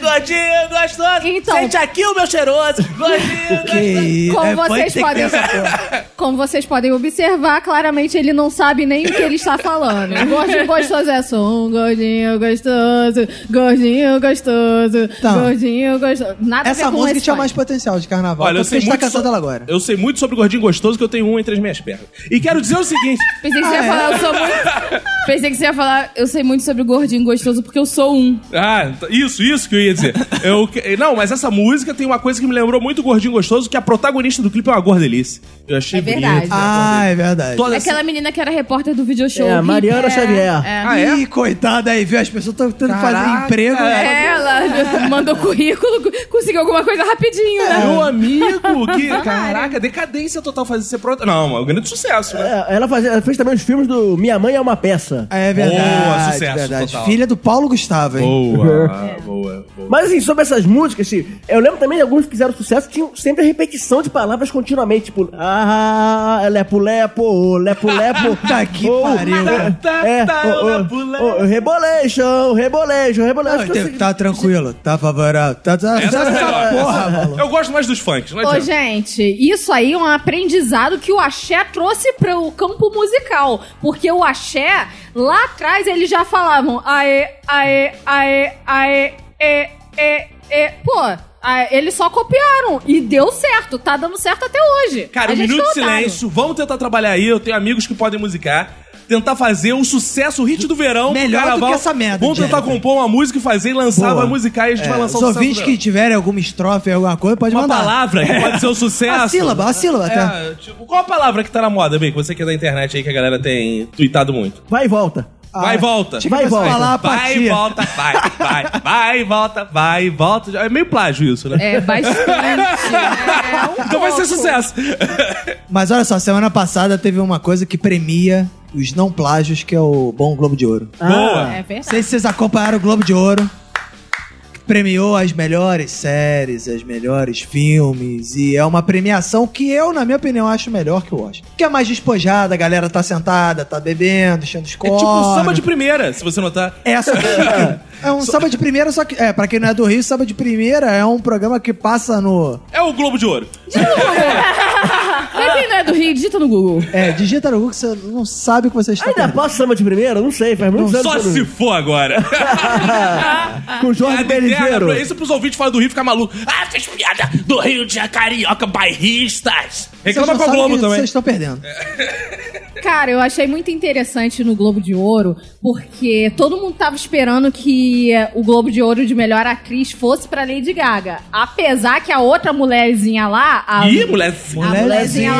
gordinho gostoso,
Então-
sente aqui o meu cheiroso, gordinho
Que isso,
Como
é funk,
vocês
tem que ter
podem
essa porra.
<laughs> Como vocês podem observar, claramente ele não sabe nem o que ele está falando. Gordinho gostoso é som, gordinho gostoso, gordinho gostoso,
Tá.
gordinho gostoso. Nada a ver
Essa
com
música
esse
tinha
funk.
mais potencial de carnaval.
Olha, eu
então você
sei,
está
muito
cantando
so-
ela agora.
eu sei muito sobre o gordinho gostoso que eu tenho um entre as minhas pernas. E quero dizer o <laughs> seguinte:
Pensei que
Ah, é?
você ia falar, eu sou muito. Pensei que você ia falar, eu sei muito sobre o gordinho gostoso porque eu sou um.
Ah, t- isso, isso que eu ia dizer. Eu, que- não, mas essa música tem uma coisa que me lembrou muito o Gordinho Gostoso, que a protagonista do clipe é uma gordelice. Eu achei
É verdade.
bonito.
Ah, é verdade.
Toda essa-
Aquela menina que era repórter do video show.
É, a Mariana
É,
Xavier.
É.
Ah, é?
Ih, coitada aí, viu? As pessoas estão tentando fazer
Caraca.
emprego.
É, Ela mandou currículo, co- conseguiu alguma coisa rapidinho,
É.
né?
Meu É um
<laughs>
amigo, que caraca, decadência total fazer ser prota. Não, é um grande sucesso, né?
É, Ela, fazia- ela fez também os filmes do Minha Mãe é uma Peça.
É verdade.
Boa, sucesso
verdade.
total.
Filha do Paulo Gustavo,
É.
hein?
Boa, boa, boa.
Mas assim, sobre essas músicas, assim, eu lembro também de alguns que fizeram sucesso, tinham sempre a repetição de palavras continuamente, tipo, ah, lepo, lepo,
<laughs>
lepo, lepo.
Tá que pariu, cara.
Tá,
É,
tá,
oh, oh,
lepo, lepo.
oh, rebolation, rebolation, rebolation.
Não,
Acho que eu
tem-
sei-
tá tranquilo, tá favorável. Tá, tá,
Essa
tá-
é
essa
melhor.
porra, maluco.
Eu gosto mais dos funks, tipo, não
Ô,
adianta.
gente, isso aí é um aprendizado que o axé trouxe para o campo musical. Porque o axé, lá atrás, eles já falavam aê, aê, aê, aê, e, e, e. Pô, ah, eles só copiaram. E deu certo. Tá dando certo até hoje.
Cara,
A
um
gente
minuto
tá
de
otário.
silêncio. Vamos tentar trabalhar aí. Eu tenho amigos que podem musicar. Tentar fazer um sucesso, o hit do verão.
Melhor do
carnaval.
que essa merda,
Vamos tentar
Jennifer.
compor uma música e fazer e lançar,
Boa.
vai musicar e a gente vai
É,
lançar o
Os
sucesso.
ouvintes
do
que
verão.
tiverem alguma estrofe, alguma coisa, pode
Uma
mandar.
palavra que pode ser um sucesso.
A sílaba, a sílaba, tá?
É, tipo, qual a palavra que tá na moda, bem? Que você que é da internet aí que a galera tem tweetado muito.
Vai e volta.
Ah.
Vai e volta.
Tinha que
Vai e volta.
falar a
Vai e
apatia.
volta, vai, vai, vai e volta, vai e volta. É meio plágio isso, né?
É, bastante.
<laughs>
é, um
então vai ser
pouco.
sucesso.
Mas olha só, semana passada teve uma coisa que premia os não plágios, que é o Bom Globo de Ouro.
Ah,
Ah,
Boa.
É
Não
verdade.
sei se vocês acompanharam o Globo de Ouro. que Premiou as melhores séries, as melhores filmes, e é uma premiação que eu, na minha opinião, acho melhor que o Oscar. Que é mais despojada, a galera tá sentada, tá bebendo, enchendo os
É
copos.
tipo samba de primeira, se você notar.
É, só que- é um samba de primeira, só que. É, pra quem não é do Rio, samba de primeira é um programa que passa no.
É o Globo de Ouro.
Pra quem
né,
não é do Rio, digita no Google.
É, digita no Google que você não sabe o que você está
Ainda
perdendo.
passa samba de primeira? Não sei,
Tá
faz muitos anos.
Só
que eu não-
se é
<laughs>
for agora.
Com Jorge
<laughs> Piada interna,
Beligeiro.
pra- Isso pros ouvintes fora do Rio ficar maluco. Ah, fez piada do Rio de Janeiro, carioca, bairristas. Reclama com a Globo também. É.
Vocês estão perdendo.
Cara, eu achei muito interessante no Globo de Ouro, porque todo mundo tava esperando que eh, o Globo de Ouro de melhor atriz fosse pra Lady Gaga. Apesar que a outra mulherzinha lá, a
Ih, moleque.
A mulherzinha lá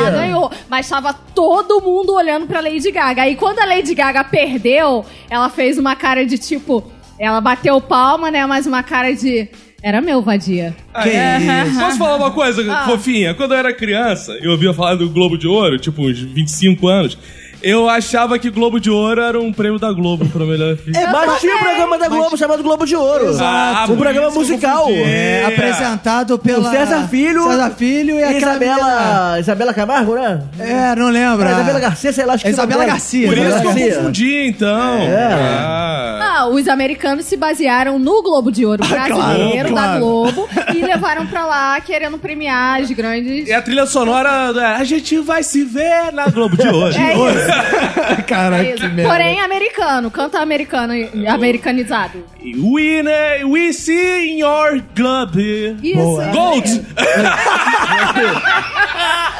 Mulherzinha.
ganhou, mas tava todo mundo olhando pra Lady Gaga. Aí quando a Lady Gaga perdeu, ela fez uma cara de tipo. Ela bateu palma, né? Mas uma cara de. Era meu, vadia.
Ah,
Que
é?
isso.
Posso falar uma coisa, fofinha? Quando eu era criança, eu ouvia falar do Globo de Ouro, tipo uns 25 anos. Eu achava que Globo de Ouro era um prêmio da Globo pro melhor filme.
É,
Mas tinha um programa da Globo chamado Globo de Ouro.
Ah,
um
por
programa
isso que eu
musical.
confundi.
É, apresentado pela.
O César Filho.
César Filho e
E
aquela
Isabela, Isabela Camargo, né?
menina- É, não lembro.
Ah, Isabela Garcia, sei lá, acho que
Isabela
era.
Garcia.
Por isso que eu
Garcia.
confundi, então.
É.
Ah.
Ah, os americanos se basearam no Globo de Ouro
Ah, claro,
brasileiro da
claro.
Globo e levaram pra lá querendo premiar as grandes.
E a trilha sonora, né, a gente vai se ver na Globo de <laughs> Ouro.
É isso,
<laughs> Caraca,
é
que
isso.
merda.
Porém, americano, canta americano, americanizado.
We, né, we see in your Tá, club.
Isso.
Boa.
é.
Gold!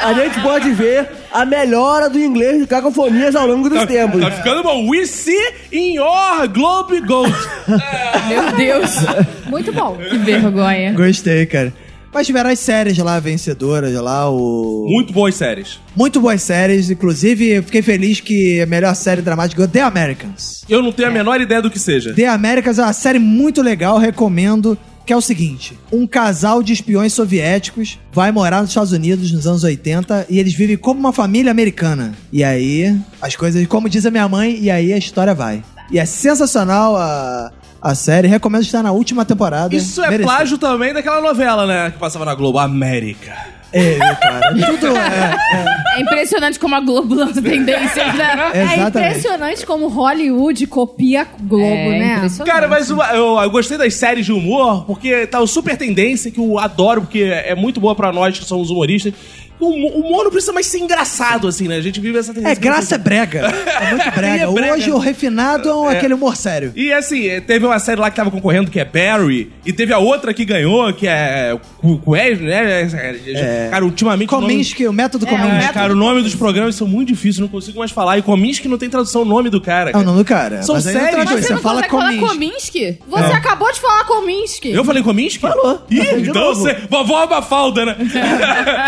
A gente pode ver a melhora do inglês de cacofonias ao longo dos tempos.
Tá ficando bom. We see in your Globe Gold.
Meu Deus.
Muito bom.
Que vergonha.
Gostei, cara. Mas tiveram as séries lá, vencedoras lá, o...
Muito boas séries.
Muito boas séries, inclusive eu fiquei feliz que a melhor série dramática ganhou The Americans.
Eu não tenho a menor ideia do que seja.
The Americans é uma série muito legal, recomendo. Que é o seguinte: um casal de espiões soviéticos vai morar nos Estados Unidos nos anos 80 e eles vivem como uma família americana. E aí, as coisas, como diz a minha mãe, e aí a história vai. E é sensacional a, a série, recomendo estar na última temporada.
Isso é
Merecido.
plágio também daquela novela, né? Que passava na Globo, América.
É, cara. Tudo é.
<laughs>
É impressionante como a Globo lança tendências, né?
<laughs>
É
Exatamente.
impressionante como Hollywood copia a Globo,
É
né?
impressionante.
Cara, mas uma- eu, eu gostei das séries de humor, porque tá o super tendência, que eu adoro, porque é muito boa pra nós que somos humoristas. O humo- o humor não precisa mais ser engraçado, assim, né? A gente vive essa tendência.
É graça é brega. É
<laughs>
muito brega.
É brega.
Hoje o refinado é, um- aquele humor sério.
E assim, eh, teve uma série lá que tava concorrendo, que é Barry, e teve a outra que ganhou, que é Cu- Cues, né? É, Cara, ultimamente. o nome-
Kominsky, o método
É,
Kominsky.
cara, o nome dos programas são muito difíceis, não consigo mais falar. E Kominsky não tem tradução o nome do
É
cara.
o
cara.
nome do cara.
São
Mas aí não
séries,
tem
mas
jeito,
Você
Você
não
fala É.
consegue falar
Kominsky.
Kominsky?
Você acabou de falar Kominsky.
Eu falei Kominsky? Falou. Ih,
Falei de
então
novo.
você. Vovó Abafalda, né?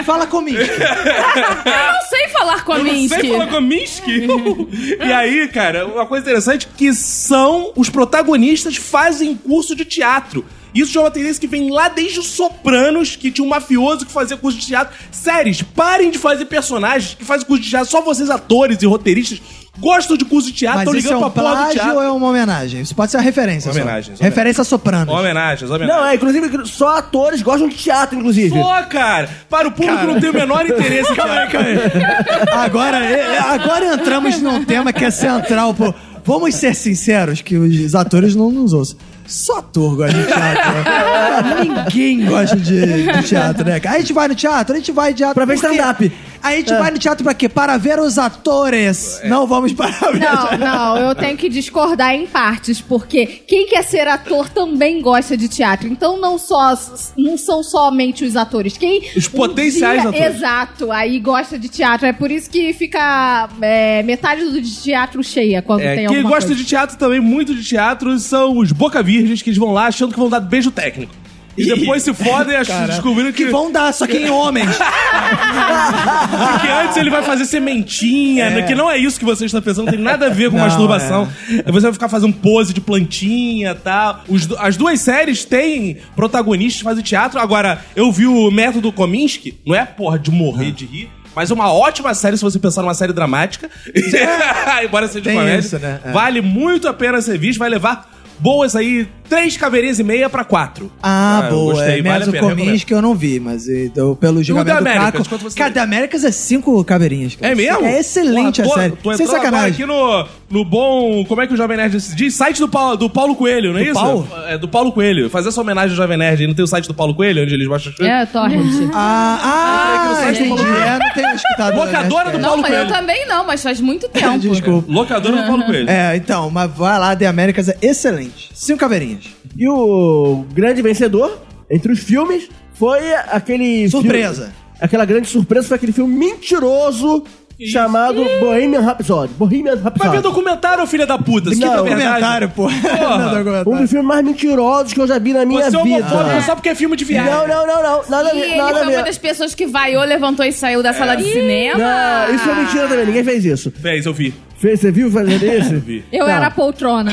Fala
<laughs>
Kominsky.
Eu não sei falar
Eu não
Kominsky.
sei falar Kominsky. e aí, cara, uma coisa interessante que são os protagonistas fazem curso de teatro. Isso já é uma tendência que vem lá desde os Sopranos, que tinha um mafioso que fazia curso de teatro. Séries, parem de fazer personagens que fazem curso de teatro. Só vocês, atores e roteiristas, gostam de curso de teatro,
Mas
estão
isso é
Ah, ligando
um
pra porra do
plágio
teatro.
ou é uma homenagem? Isso pode ser uma referência. só.
Homenagens, homenagens.
Referência a Sopranos.
Homenagens, homenagens.
Não, é, inclusive, só atores gostam de teatro, inclusive.
Pô, cara! Para o público não tem o
<laughs>
menor interesse. cara.
Agora, é- é- agora entramos num tema que é central. Pô. Vamos ser sinceros que os atores não nos ouçam. Só ator gosta de teatro. <laughs> Ninguém gosta de, de teatro, né? cara? A gente vai no teatro, a gente vai de teatro. Ah.
Pra ver
por quê?
stand-up.
A gente vai no teatro pra quê? Para ver os atores.
É.
Não vamos para ver.
Não, não, eu tenho que discordar em partes, porque quem quer ser ator também gosta de teatro. Então não só não são somente os atores, quem um
Os potenciais atores.
Exato, aí gosta de teatro. É por isso que fica é, metade do teatro cheia quando
É,
tem
quem
alguma
gosta
coisa.
de teatro também, muito de teatro, são os boca virgens que eles vão lá achando que vão dar beijo técnico. E depois se fodem ach- descobrindo que,
Que vão dar, só que em
<laughs>
homens.
que antes ele vai fazer sementinha, né, que não é isso que você está pensando, não tem nada a ver com
Não,
masturbação.
é.
Você vai ficar fazendo pose de plantinha e tal. Os do- as duas séries têm protagonistas que fazem teatro. Agora, eu vi o método Kominsky, não é porra de morrer de rir. Mas é uma ótima série se você pensar numa série dramática. <laughs>
É.
Embora seja de
Tem
comédia.
isso, né? É.
Vale muito a pena ser visto, vai levar boas aí, três caveirinhas e meia pra quatro.
Ah,
eu
boa.
Gostei,
é
vale a
mesmo
pena, recomendo.
comis que eu não vi, mas então, pelo julgamento do
Américas,
Caco.
quanto você
Cara,
deu?
The Américas é cinco caveirinhas. Cara.
É mesmo?
É excelente
Porra,
a
tô-
série.
Tô
Sem
entrando agora
sacanagem.
aqui no, no bom. Como é que o Jovem Nerd se diz? Site do Paulo, do Paulo Coelho, não é
Do
isso?
Paulo?
É do Paulo Coelho. Fazer essa homenagem ao Jovem Nerd. Não tem o site do Paulo Coelho, onde eles baixam as coisas?
É, Torrent.
Ah, ah,
Eu sei que no site
entendi. É, não tenho escutado.
Locadora do
né?
Não,
Paulo
mas eu
Coelho.
também não, mas faz
<laughs>
muito tempo.
Desculpa.
Locadora do Paulo Coelho.
É, então, mas vai lá, The Américas é excelente. Cinco caveirinhas.
E o grande vencedor entre os filmes foi aquele.
Surpresa.
filme- aquela grande surpresa foi aquele filme mentiroso chamado Bohemian Rhapsody. Bohemian
Vai ver
Rhapsody.
documentário, filha da puta. se
Que
não é verdade.
Documentário, pô.
Porra.
<laughs> Não,
Um
documentário.
dos filmes mais mentirosos que eu já vi na minha
Você é
vida.
homofóbico só porque é filme de viagem.
Não, não, não, não. Nada a
E
ver,
ele
nada a
foi uma
ver.
das pessoas que vaiou, levantou e saiu da sala de
É.
cinema.
Não, isso é mentira também, ninguém fez isso.
Fez, eu vi.
Fez, você viu fazendo isso?
vi.
Eu
Tá.
era
<laughs>
a poltrona.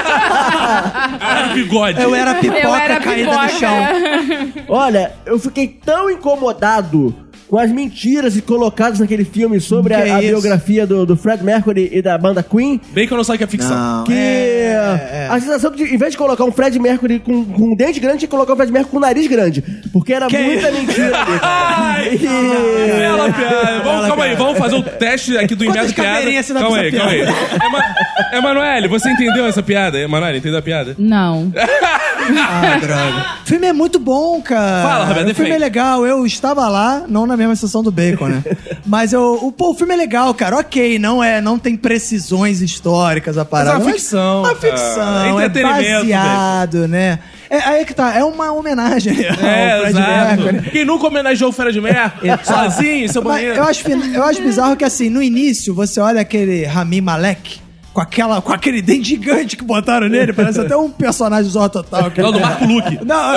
Era o bigode.
Eu era pipoca
Eu era
caída
pipoca.
no chão.
Olha, eu fiquei tão incomodado com as mentiras e colocadas naquele filme sobre
Que
a, a
isso?
biografia do, do Fred Mercury e da banda Queen.
Bem que eu não sei o que é ficção.
Não,
Que
é, é, é.
a sensação de, em vez de colocar um Fred Mercury com, com um dente grande, tinha que colocar um Fred Mercury com um nariz grande. Porque era muita mentira.
<laughs> Ai,
E- é,
bela piada. Vamos, calma aí, vamos
<laughs>
fazer o teste aqui do
Quantas
Inverso Piada.
caveirinhas você tá dá
Calma
pra
aí,
essa
calma aí. Ema- Emanuele, você entendeu essa piada? Emanuele, entendeu a piada?
Não.
Ah, droga. O filme é muito bom, cara.
Fala, Roberto,
O filme
defende.
é legal. Eu estava lá, não na mesma sessão do Bacon,
<laughs>
né? Mas eu, o, pô, o filme é legal, cara. Ok, não é, não tem precisões históricas a parada.
uma
mas
ficção,
É uma
cara.
ficção. É
Entretenimento,
baseado, né? É, aí que tá. É uma homenagem ao
É,
Fred Mercury.
exato. Quem nunca homenageou o
<laughs>
Fred Mercury? sozinho, em seu
Mas
banheiro?
eu acho, fin- eu acho bizarro que, assim, no início, você olha aquele Rami Malek, com, aquela, com aquele dente gigante que botaram nele, parece até um personagem do Zorra Total. aquele-
Não, do Marco Luque.
Não,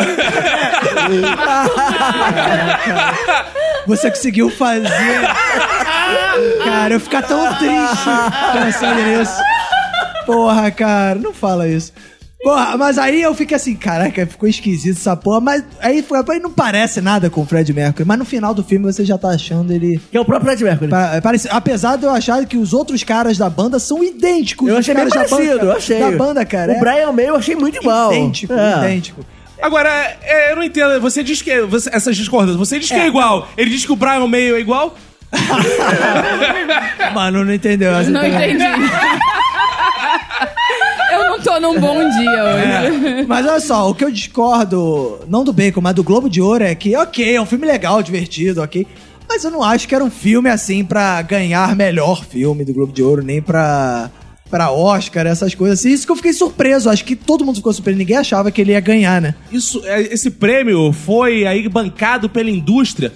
é. Você conseguiu fazer. Cara, eu ficar tão triste pensando nisso. Porra, cara, não fala isso. Porra, mas aí eu fiquei assim, caraca, ficou esquisito essa porra. Mas aí, foi- aí não parece nada com o Fred Mercury. Mas no final do filme você já tá achando ele.
Que é o próprio Fred Mercury.
Pa- parece- apesar de eu achar que os outros caras da banda são idênticos.
Eu
os
achei bem
caras da
parecido,
banda,
eu achei.
um Da banda, cara.
O Brian May eu achei muito igual.
é idêntico,
É.
idêntico.
Agora, é, eu não entendo. Você diz que. Você, essas discordâncias. Você diz que é igual. Ele diz que o Brian May é igual.
Mano, não entendeu essa
Não <laughs>
também.
entendi. Eu não tô num bom dia hoje.
Mas olha só, o que eu discordo, não do Bacon, mas do Globo de Ouro é que, ok, é um filme legal, divertido, ok. Mas eu não acho que era um filme assim pra ganhar melhor filme do Globo de Ouro, nem pra, pra Oscar, essas coisas assim. Isso que eu fiquei surpreso, acho que todo mundo ficou surpreso, ninguém achava que ele ia ganhar, né?
Isso, é, esse prêmio foi aí bancado pela indústria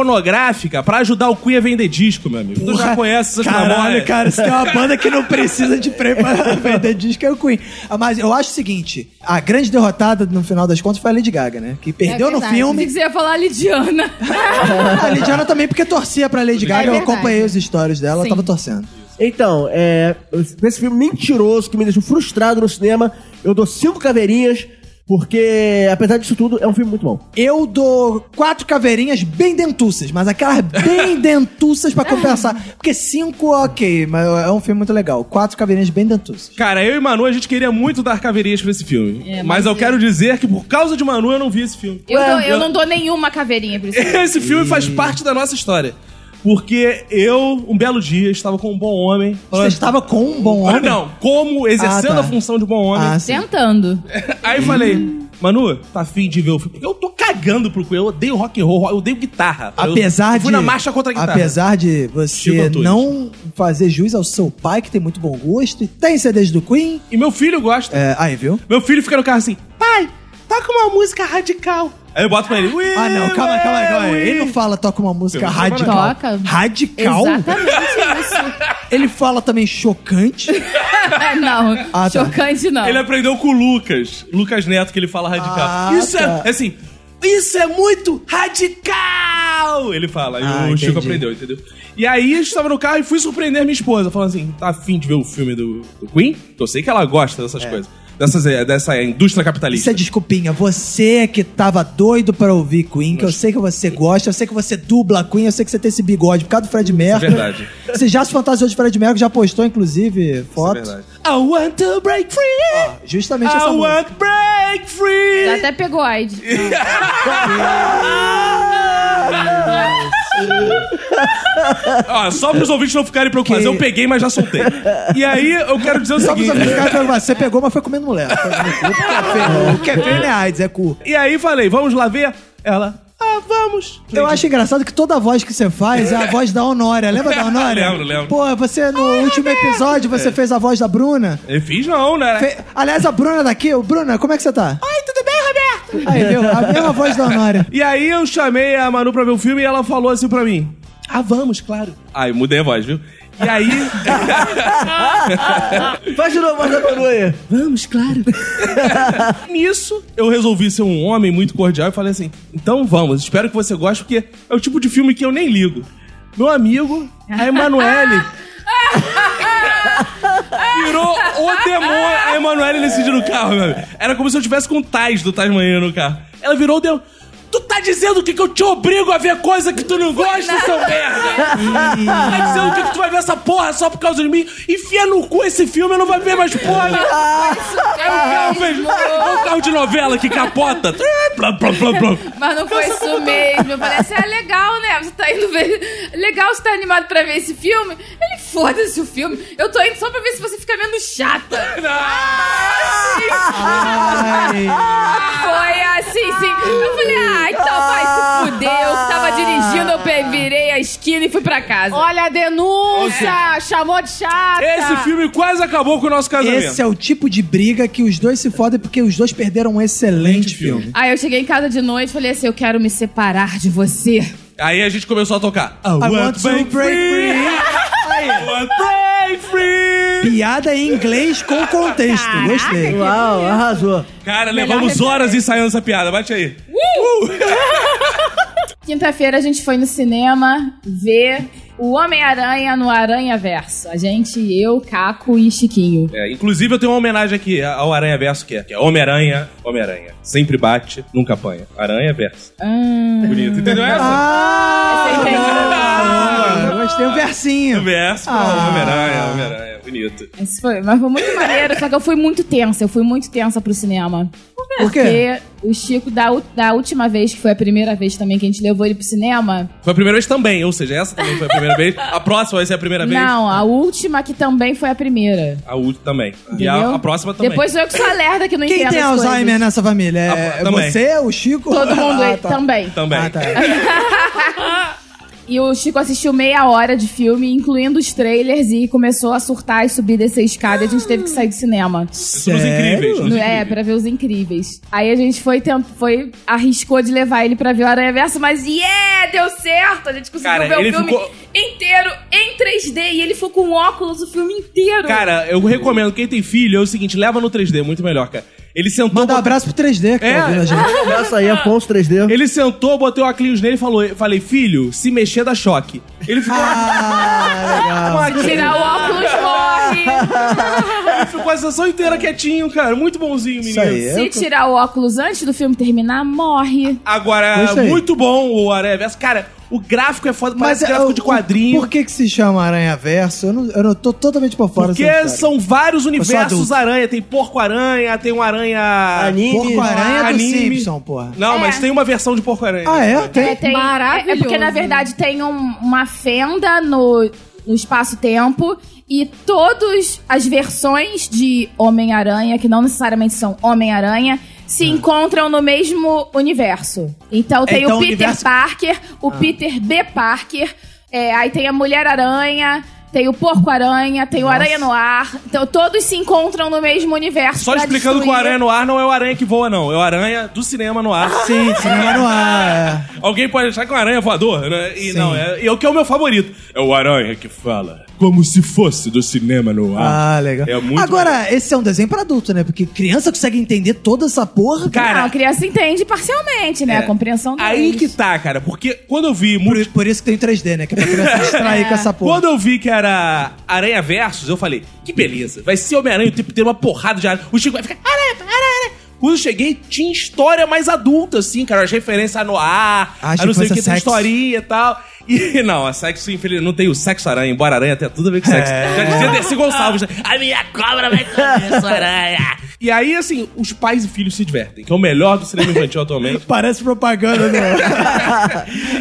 fonográfica pra ajudar o Queen a vender disco, meu amigo. tu já
Porra,
conhece essas
Caralho,
memórias.
cara, se tem uma banda que não precisa de prêmio
<laughs>
pra vender disco, é o Queen. Ah, Mas eu acho o seguinte, a grande derrotada no final das contas foi a Lady Gaga, né? Que perdeu
É
no
É verdade.
filme.
Pensei que você ia falar Lidiana.
A Ah, Lidiana também, porque torcia pra
É
Lady Gaga. eu
verdade.
acompanhei os stories dela,
Sim.
tava torcendo.
Então, é, esse filme mentiroso que me deixou frustrado no cinema, eu dou cinco caveirinhas, porque apesar disso tudo, é um filme muito bom.
Eu dou quatro caveirinhas bem dentuças, mas aquelas
<laughs>
bem dentuças pra compensar. Porque cinco, ok, mas é um filme muito legal. Quatro caveirinhas bem dentuças.
Cara, eu e Manu, a gente queria muito dar caveirinhas pra esse filme.
É,
mas,
mas
eu
eu-
quero dizer que por causa de Manu eu não vi esse filme.
Eu, dou- eu
eu-
não dou nenhuma caveirinha pra isso.
<laughs> Esse filme faz parte da nossa história. Porque eu, um belo dia, estava com um bom homem.
Você estava com um bom
Ah,
homem?
não, como exercendo
Ah, tá.
a função de bom homem.
Ah, Hum. sim.
Tentando.
<laughs> Aí falei, Manu, tá afim de ver o filme? Porque eu tô cagando pro Queen, eu odeio rock and roll, eu odeio guitarra. Eu
Apesar de.
Fui na marcha contra a guitarra.
Apesar de
Chico
você
Antunes.
não fazer jus ao seu pai, que tem muito bom gosto, e tem CDs do Queen.
E meu filho gosta.
É, aí, viu?
Meu filho fica no carro assim, pai, toca uma música radical. Aí eu boto pra ele, "We
Ah, não, calma, calma, calma.
will."
Ele não fala, toca uma música
Eu-
radical.
É, Toca.
Radical?
Exatamente isso.
Ele fala também <laughs> chocante.
É, não,
Ah, tá.
chocante não.
Ele é aprendeu com o Lucas, Lucas Neto, que ele fala radical.
Ah,
isso
tá.
é, é assim, isso é muito radical! Ele fala, e
Ah,
o Chico
entendi.
aprendeu, entendeu? E aí eu estava no carro e fui surpreender minha esposa, falando assim, tá afim de ver o filme do, do Queen? Eu sei que ela gosta dessas coisas. Dessas, é, dessa indústria
Isso
capitalista.
é desculpinha. Você que tava doido pra ouvir Queen, que eu sei que você gosta, eu sei que você dubla Queen, eu sei que você tem esse bigode por causa do Fred Mercury.
verdade.
Você já se fantasiou de Fred Mercury, já postou, inclusive, foto.
É verdade. I want to break free!
Justamente
Ah,
essa
I
música.
want break free!
Já até pegou AIDS.
Ah, só pros ouvintes não ficarem preocupados.
Que-
Eu peguei, mas
<laughs>
já soltei. E aí, eu quero dizer o
Só pra
seguinte.
você ficar com- você pegou, mas foi comendo mulher. Foi comendo cu, porque
Ah.
é feio. O que é feio não é AIDS, é cu.
E aí, falei, vamos lá ver? Ela, ah, vamos.
Eu acho engraçado que toda a voz que você faz é a voz da Honória. Lembra
<laughs>
da Honória?
Lembro, É. lembro.
Pô, você no último episódio você fez a voz da Bruna.
Eu fiz não, né?
Fe- Aliás, a Bruna daqui, ô Bruna, como é que você tá?
Ai, tudo bem, Roberto?
Aí, viu? A mesma voz da Honória.
E aí, eu chamei a Manu pra ver o filme e ela falou assim pra mim. Ah, vamos, claro. Ai, mudei a voz, viu? E aí...
Faz de novo, mais da Manu aí.
Vamos, claro. Nisso, eu resolvi ser um homem muito cordial e falei assim: então vamos, espero que você goste, porque é o tipo de filme que eu nem ligo. Meu amigo, a Emanuele. Virou o demônio. A Emanuele decidiu no carro, meu amigo. Era como se eu tivesse com o Tais do Tais Manhã no carro. Ela virou o demônio. Tu tá dizendo que, que eu te obrigo a ver coisa que tu não gosta, seu merda? Tu tá dizendo que, que tu vai ver essa porra só por causa de mim? Enfia no cu esse filme, eu não vai ver mais porra. nenhuma. É o carro, velho. É o carro de novela que capota. Plá, plá, plá, plá.
Mas não foi isso mesmo. Eu falei assim, ah, legal, né? Você tá indo ver... Legal, você tá animado pra ver esse filme? Ele, foda-se o filme. Eu tô indo só pra ver se você fica menos chata. Foi assim, sim. Eu falei, ah, então vai se fuder. Eu que tava dirigindo, eu pe- virei a esquina e fui pra casa.
Olha a denúncia! Chamou de chata!
Esse filme quase acabou com o nosso casamento.
Esse é o tipo de briga que os dois se fodem porque os dois perderam um excelente filme.
Aí eu cheguei em casa de noite e falei assim, eu quero me separar de você.
Aí a gente começou a tocar. I <laughs>
want to break free.
I want break free.
Piada em inglês com contexto. Gostei.
Uau, arrasou.
Cara, levamos horas ensaiando essa piada. Bate aí.
Quinta-feira a gente foi no cinema ver o Homem-Aranha no Aranha Verso. A gente, eu, Caco e Chiquinho.
É, inclusive, eu tenho uma homenagem aqui ao Aranha Verso, que é, que é Homem-Aranha, Homem-Aranha. Sempre bate, nunca apanha. Aranha Verso. Bonito. Entendeu essa?
Ah, gostei um versinho.
Verso, pô,
Ah.
Homem-Aranha, Homem-Aranha. Bonito.
Esse foi, mas foi muito maneiro, só que eu fui muito tensa, eu fui muito tensa pro cinema.
Por quê?
Porque o Chico, da, u- da última vez, que foi a primeira vez também que a gente levou ele pro cinema.
Foi a primeira vez também, ou seja, essa também foi a primeira vez. A próxima vai ser a primeira vez.
Não, a última que também foi a primeira.
A última também. E
Entendeu?
a, a próxima também.
Depois eu que sou a lerda que não
Quem
entendo
tem
as
Alzheimer
coisas.
nessa família? É
Ah, também.
você, o Chico? <laughs>
Todo mundo
Ah,
aí
tá.
também.
Também.
Ah, tá.
E o Chico assistiu meia hora de filme, incluindo os trailers, e começou a surtar e subir dessa escada e a gente teve que sair do cinema.
Isso nos
Sério?
incríveis. nos
No- é,
incríveis.
pra ver os incríveis. Aí a gente foi, tent... foi arriscou de levar ele pra ver o Aranha Verso, mas yeah, deu certo! A gente conseguiu
Cara,
ver
ele
o filme
ficou-
inteiro em 3D e ele ficou com óculos o filme inteiro.
Cara, eu recomendo, quem tem filho, é o seguinte, leva no 3D, muito melhor, cara. Ele sentou...
Manda um
botou-
abraço pro 3D que
É.
tá ouvindo a
<laughs>
gente.
Graças Um aí, Afonso 3D.
Ele sentou, botei o óculos nele e falou, falei, filho, se mexer dá choque. Ele ficou...
Ah,
Ah,
Se
que-
Tirar o óculos morre!
<laughs> Ele ficou a sessão inteira quietinho, cara. Muito bonzinho,
Isso
menino.
aí. é.
Se
Eu-
tirar o óculos antes do filme terminar, morre.
Agora,
É Isso aí.
muito bom o Aranha Verso. Cara, o gráfico é foda, parece
é,
gráfico
o-
de quadrinho.
Por que que se chama Aranha Verso? Eu não, eu não tô totalmente por fora dessa
Porque
história.
são vários universos
adulto.
aranha. Tem porco-aranha, tem um aranha...
Anime.
Porco-aranha é do
Anime.
Simpson, porra.
Não,
É.
mas tem uma versão de porco-aranha.
Ah, é?
É,
Tem?
tem-
Maravilhoso.
É porque, na verdade, tem um- uma fenda no, no espaço-tempo e todas as versões de Homem-Aranha, que não necessariamente são Homem-Aranha,
É.
se encontram no mesmo universo. Então tem
Então,
o
o
Peter
universo-
Parker, o
Ah.
Peter B. Parker, é, aí tem a Mulher-Aranha... Tem o Porco-Aranha, tem o Aranha no Ar. Então, todos se encontram no mesmo universo.
Só
pra
explicando que o
destruir.
aranha no ar não é o aranha que voa, não. É o aranha do cinema no ar.
Sim, cinema no ar. é.
Alguém pode achar que é um aranha voador, né? E
Sim.
não, é, e é o que é o meu favorito. É o aranha que fala como se fosse do cinema no ar.
Ah, legal.
É muito
Agora, esse é um desenho pra adulto, né? Porque criança consegue entender toda essa porra.
Cara, É.
Não, a criança entende parcialmente, né? A compreensão
aí
deles.
que tá, cara. Porque quando eu vi...
Por,
Multi...
por isso que tem o 3D, né? Que é pra
<laughs>
criança distrair com essa porra.
Quando eu vi que era Aranha Versus, eu falei, que beleza. Vai ser Homem-Aranha o tempo inteiro, uma porrada de aranha. O Chico vai ficar, aranha, aranha, aranha. Quando eu cheguei, tinha história mais adulta, assim, cara. As referências a Noir,
Ah,
a
achei
não
que
sei
fosse
o que, tem
sexo.
historinha e tal. E <laughs> não, a sexo, infelizmente, não tem o sexo aranha, embora aranha tenha tudo a ver com sexo.
É.
Já dizia Dercy Gonçalves, né? A minha cobra vai comer <laughs> sua aranha. E aí, assim, os pais e filhos se divertem, que é o melhor do cinema infantil atualmente.
Parece propaganda, né?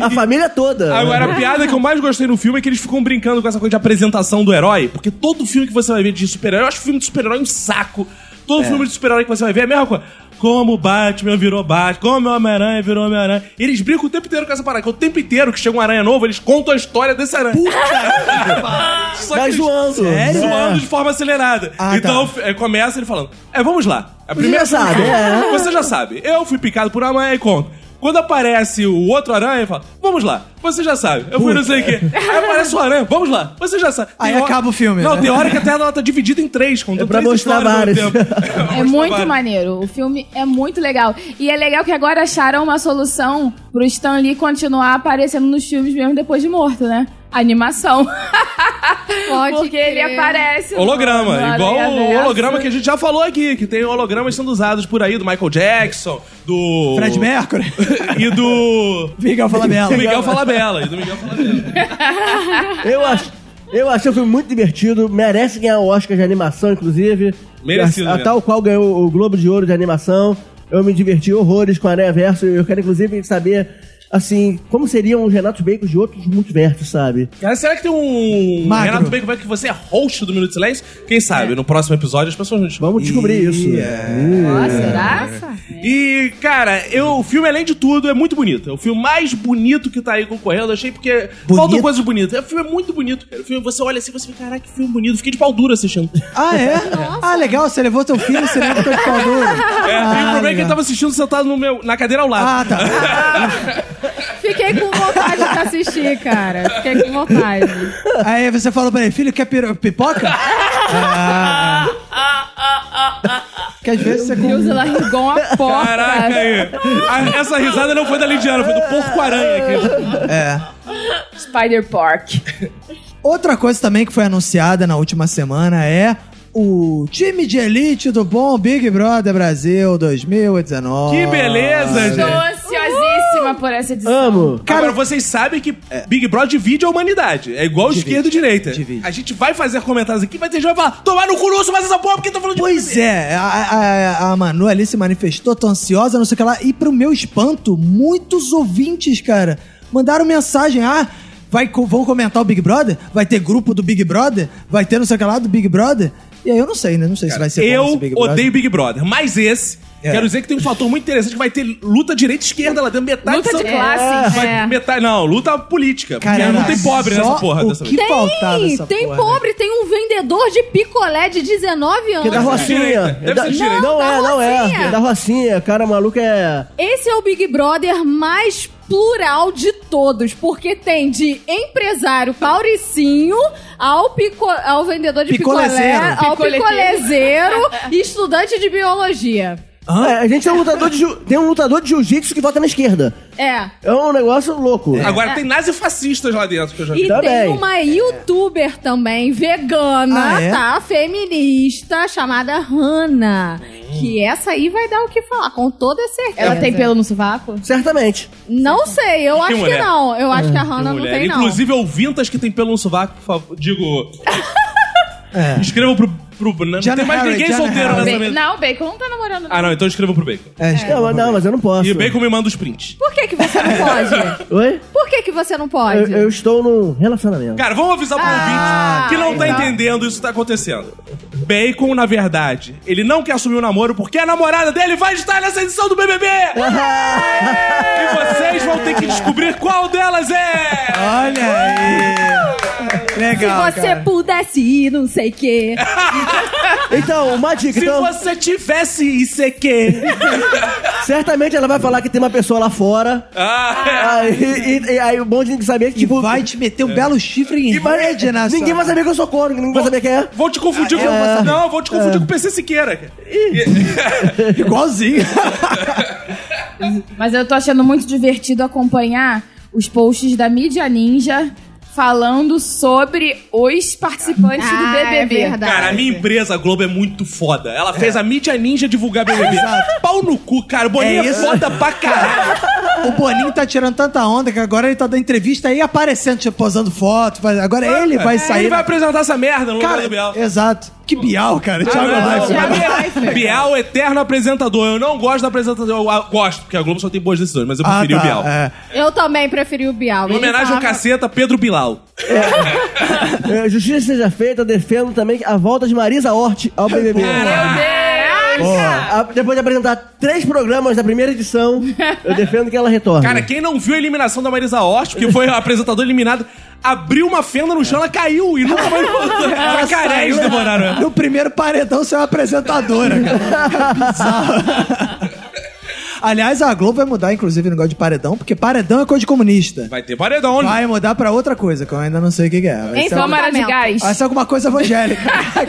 A família toda.
Agora, a piada que eu mais gostei no filme é que eles ficam brincando com essa coisa de apresentação do herói, porque todo filme que você vai ver de super-herói, eu acho filme de super-herói um saco. Todo filme de super-herói que você vai ver é a mesma coisa. Como o Batman virou Batman, como o Homem-Aranha virou Homem-Aranha. Eles brincam o tempo inteiro com essa parada, que o tempo inteiro que chega um aranha novo, eles contam a história desse aranha. Puta! <laughs> Só que
Vai
eles-
zoando.
Sério?
Zoando de forma acelerada.
Ah,
então é, começa ele falando: É, vamos lá. A primeira
já sabe, é.
Você já sabe. Eu fui picado por uma aranha e conto. Quando aparece o outro aranha, ele fala: Vamos lá, você já sabe. Eu fui não sei o quê. Aí aparece o aranha, vamos lá, você já sabe.
Aí
hora-
acaba o filme,
Não,
né?
tem hora que até ela tá dividida em três, com
É pra
três
mostrar
histórias ao mesmo
vários.
<laughs>
tempo. Pra
É
mostrar
muito
vários.
maneiro. O filme é muito legal. E é legal que agora acharam uma solução pro Stan Lee continuar aparecendo nos filmes mesmo depois de morto, né? Animação.
<laughs> Pode
Porque
crer.
ele aparece. no-
Holograma,
no
igual o
Aranha-Verso.
holograma que a gente já falou aqui, que tem hologramas sendo usados por aí, do Michael Jackson, do.
Fred Mercury.
<laughs> E
<laughs>
do.
Miguel Falabella.
Do Miguel Falabella. E do Miguel Falabella.
Eu acho. Eu achei o filme muito divertido, merece ganhar o Oscar de animação, inclusive.
Merecido
A, a
mesmo.
tal qual ganhou o Globo de Ouro de animação. Eu me diverti horrores com a Aranha Verso. Eu quero, inclusive, saber, assim, como seriam os Renato Bacons de outros multiversos, sabe?
Cara, será que tem um
Magro.
Renato Bacon vai que você é host do Minuto de Silêncio? Quem sabe, no próximo episódio as pessoas nos
Vamos descobrir isso.
Ó, será?
E, cara, eu, o filme, além de tudo, é muito bonito. É o filme mais bonito que tá aí concorrendo. Achei porque faltam coisas bonitas. É, O filme é muito bonito, cara. O filme, você olha assim e você fica, caraca, que filme bonito. Fiquei de pau duro assistindo.
Ah, é? Ah, legal, você levou teu filho, você levou teu pau duro.
É, e o
Ah,
problema é que
legal. tá.
ele tava assistindo sentado no meu, na cadeira ao lado.
Ah, tá.
fiquei com vontade de assistir, cara. Fiquei com vontade.
Aí você falou pra ele, filho, quer piro- pipoca? ah. Que às vezes você
Deus,
com...
ela rigou uma porta.
Caraca, aí. A- Essa risada não foi da Lidiana, foi do porco-aranha. aqui.
É.
Spider Park.
Outra coisa também que foi anunciada na última semana é o time de elite do bom Big Brother Brasil 2019.
Que beleza,
Estou
gente.
ansiosíssima por essa
Ah,
edição.
Amo.
Agora, vocês sabem que Big Brother divide a humanidade. É igual
É. Divide.
esquerda e direita.
Divide.
A gente vai fazer comentários aqui, vai ter gente que vai falar, tomar no cu, não ouço mais essa porra, porque tá falando de
Pois é, a, a, a Manu ali se manifestou, tô ansiosa, não sei o que lá. E pro meu espanto, muitos ouvintes, cara, mandaram mensagem. Ah, vai, co- vão comentar o Big Brother? Vai ter grupo do Big Brother? Vai ter não sei o que lá do Big Brother? E aí eu não sei, né? Não sei se vai ser bom
Eu
esse Big Brother.
odeio Big Brother, mas esse.
É.
Quero dizer que tem um fator muito interessante que vai ter luta direita e esquerda lá dentro. Metade
Luta
são-
de classes.
Vai-
É.
Metade, não, luta política.
Cara,
porque não
era
tem pobre
só
nessa porra
o
dessa
que
vez.
faltava
Tem,
essa
tem
porra, né?
pobre, tem um vendedor de picolé de 19
Que é da
anos.
Rocinha.
direita. Deve
É da-
ser de direita.
Não é,
Da
não
Rocinha.
é. É Da Rocinha. Cara, maluco é...
Esse é o Big Brother mais plural de todos, porque tem de empresário pauricinho ao, pico- ao vendedor de picolé,
Picolezeiro.
ao
Picolezeiro. <laughs>
picolezeiro e estudante de biologia.
Hã?
É, a gente tem um lutador de jiu- tem um lutador de jiu-jitsu que vota na esquerda.
É.
É um negócio louco.
Agora tem nazifascistas lá dentro que eu já vi.
E
Tá
Também.
tem
É.
uma youtuber também, vegana,
Ah, é?
tá? Feminista, chamada Hannah.
Hum.
Que essa aí vai dar o que falar, com toda certeza.
Ela tem pelo no sovaco?
Certamente.
Não sei, eu acho
mulher.
que não. Eu acho que a Hannah não
Mulher.
tem, não.
Inclusive, ouvintas que tem pelo no sovaco, por favor. Digo,
É.
escrevam pro. pro não
Jana
tem mais
Harry,
ninguém
Jana
solteiro
Harry.
nessa
Bacon.
mesa.
Não, Bacon não tá namorando. não.
Ah, não, então escrevam pro Bacon.
É, acho que
Não, mas- não, mas eu não posso.
E o Bacon me manda os prints.
Por que, que você não pode?
Oi?
Por que, que você não
Eu,
pode?
eu estou num relacionamento.
Cara, vamos avisar pro
Ah,
ouvinte que não tá
então.
entendendo isso que tá acontecendo. Bacon, na verdade, ele não quer assumir o namoro porque a namorada dele vai estar nessa edição do BBB! e vocês vão ter que descobrir qual delas é!
Olha aí. <laughs> Legal,
Se você
cara.
pudesse ir, não sei o quê.
Então, uma dica.
Se
Então,
você tivesse ICQ...
Certamente ela vai falar que tem uma pessoa lá fora.
Ah,
Aí, e, e- aí o bom de ninguém saber que,
E
tipo...
vai te meter um belo chifre em
e vai-
rede né, na
Ninguém
sua-
vai saber que eu sou corno, ninguém vai saber quem é.
Vou te confundir com... Não, vou te confundir com o PC Siqueira. cara.
Igualzinho.
Mas eu tô achando muito divertido acompanhar os posts da mídia ninja falando sobre os participantes do
Ah, é
BBB.
Cara, a minha empresa, a Globo, é muito foda. Ela fez a mídia ninja divulgar BBB. Pau no cu, cara. O Boninho
É
é,
isso.
foda pra caralho.
<laughs> O Boninho tá tirando tanta onda que agora ele tá dando entrevista e aparecendo, tipo, posando foto. faz- Agora ele vai sair.
Ele vai apresentar essa merda no lugar
Cara,
do Biel.
exato. Que Bial, cara.
Ah,
Thiago
não, não,
Leifert.
pra mim, Bial, é eterno apresentador. Eu não gosto do apresentador. Eu ah, gosto, porque a Globo só tem boas decisões, mas eu
Ah,
preferi
tá,
o Bial.
é.
Eu também preferi o Bial.
Em
Ele
homenagem ao
tava-
caceta, Pedro Bilal.
É, Justiça seja feita, eu defendo também a volta de Marisa Hort ao BBB.
É,
A- depois de apresentar três programas da primeira edição, eu defendo que ela retorne.
Hum.
Cara, quem não viu a eliminação da Marisa Hort, que foi a apresentadora eliminada, abriu uma fenda no chão, ela caiu e nunca
<laughs>
mais
É,
voltou. Jacarés
né?
Saiu
demoraram né? ela.
No primeiro paredão, você é uma apresentadora,
<laughs>
cara. Bizarro. Aliás, a Globo vai mudar, inclusive, o negócio de paredão, porque paredão é coisa de comunista.
Vai ter paredão. né?
Vai mudar pra outra coisa, que eu ainda não sei o que que é. Vai
Em
ser, alguma-
Câmara de Gás.
vai ser alguma coisa
<laughs>
evangélica.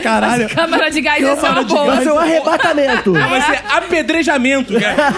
Caralho.
Câmara de Gás essa é
Câmara
uma
de
boa.
Vai ser um arrebatamento.
Vai ser apedrejamento,
<laughs>
cara.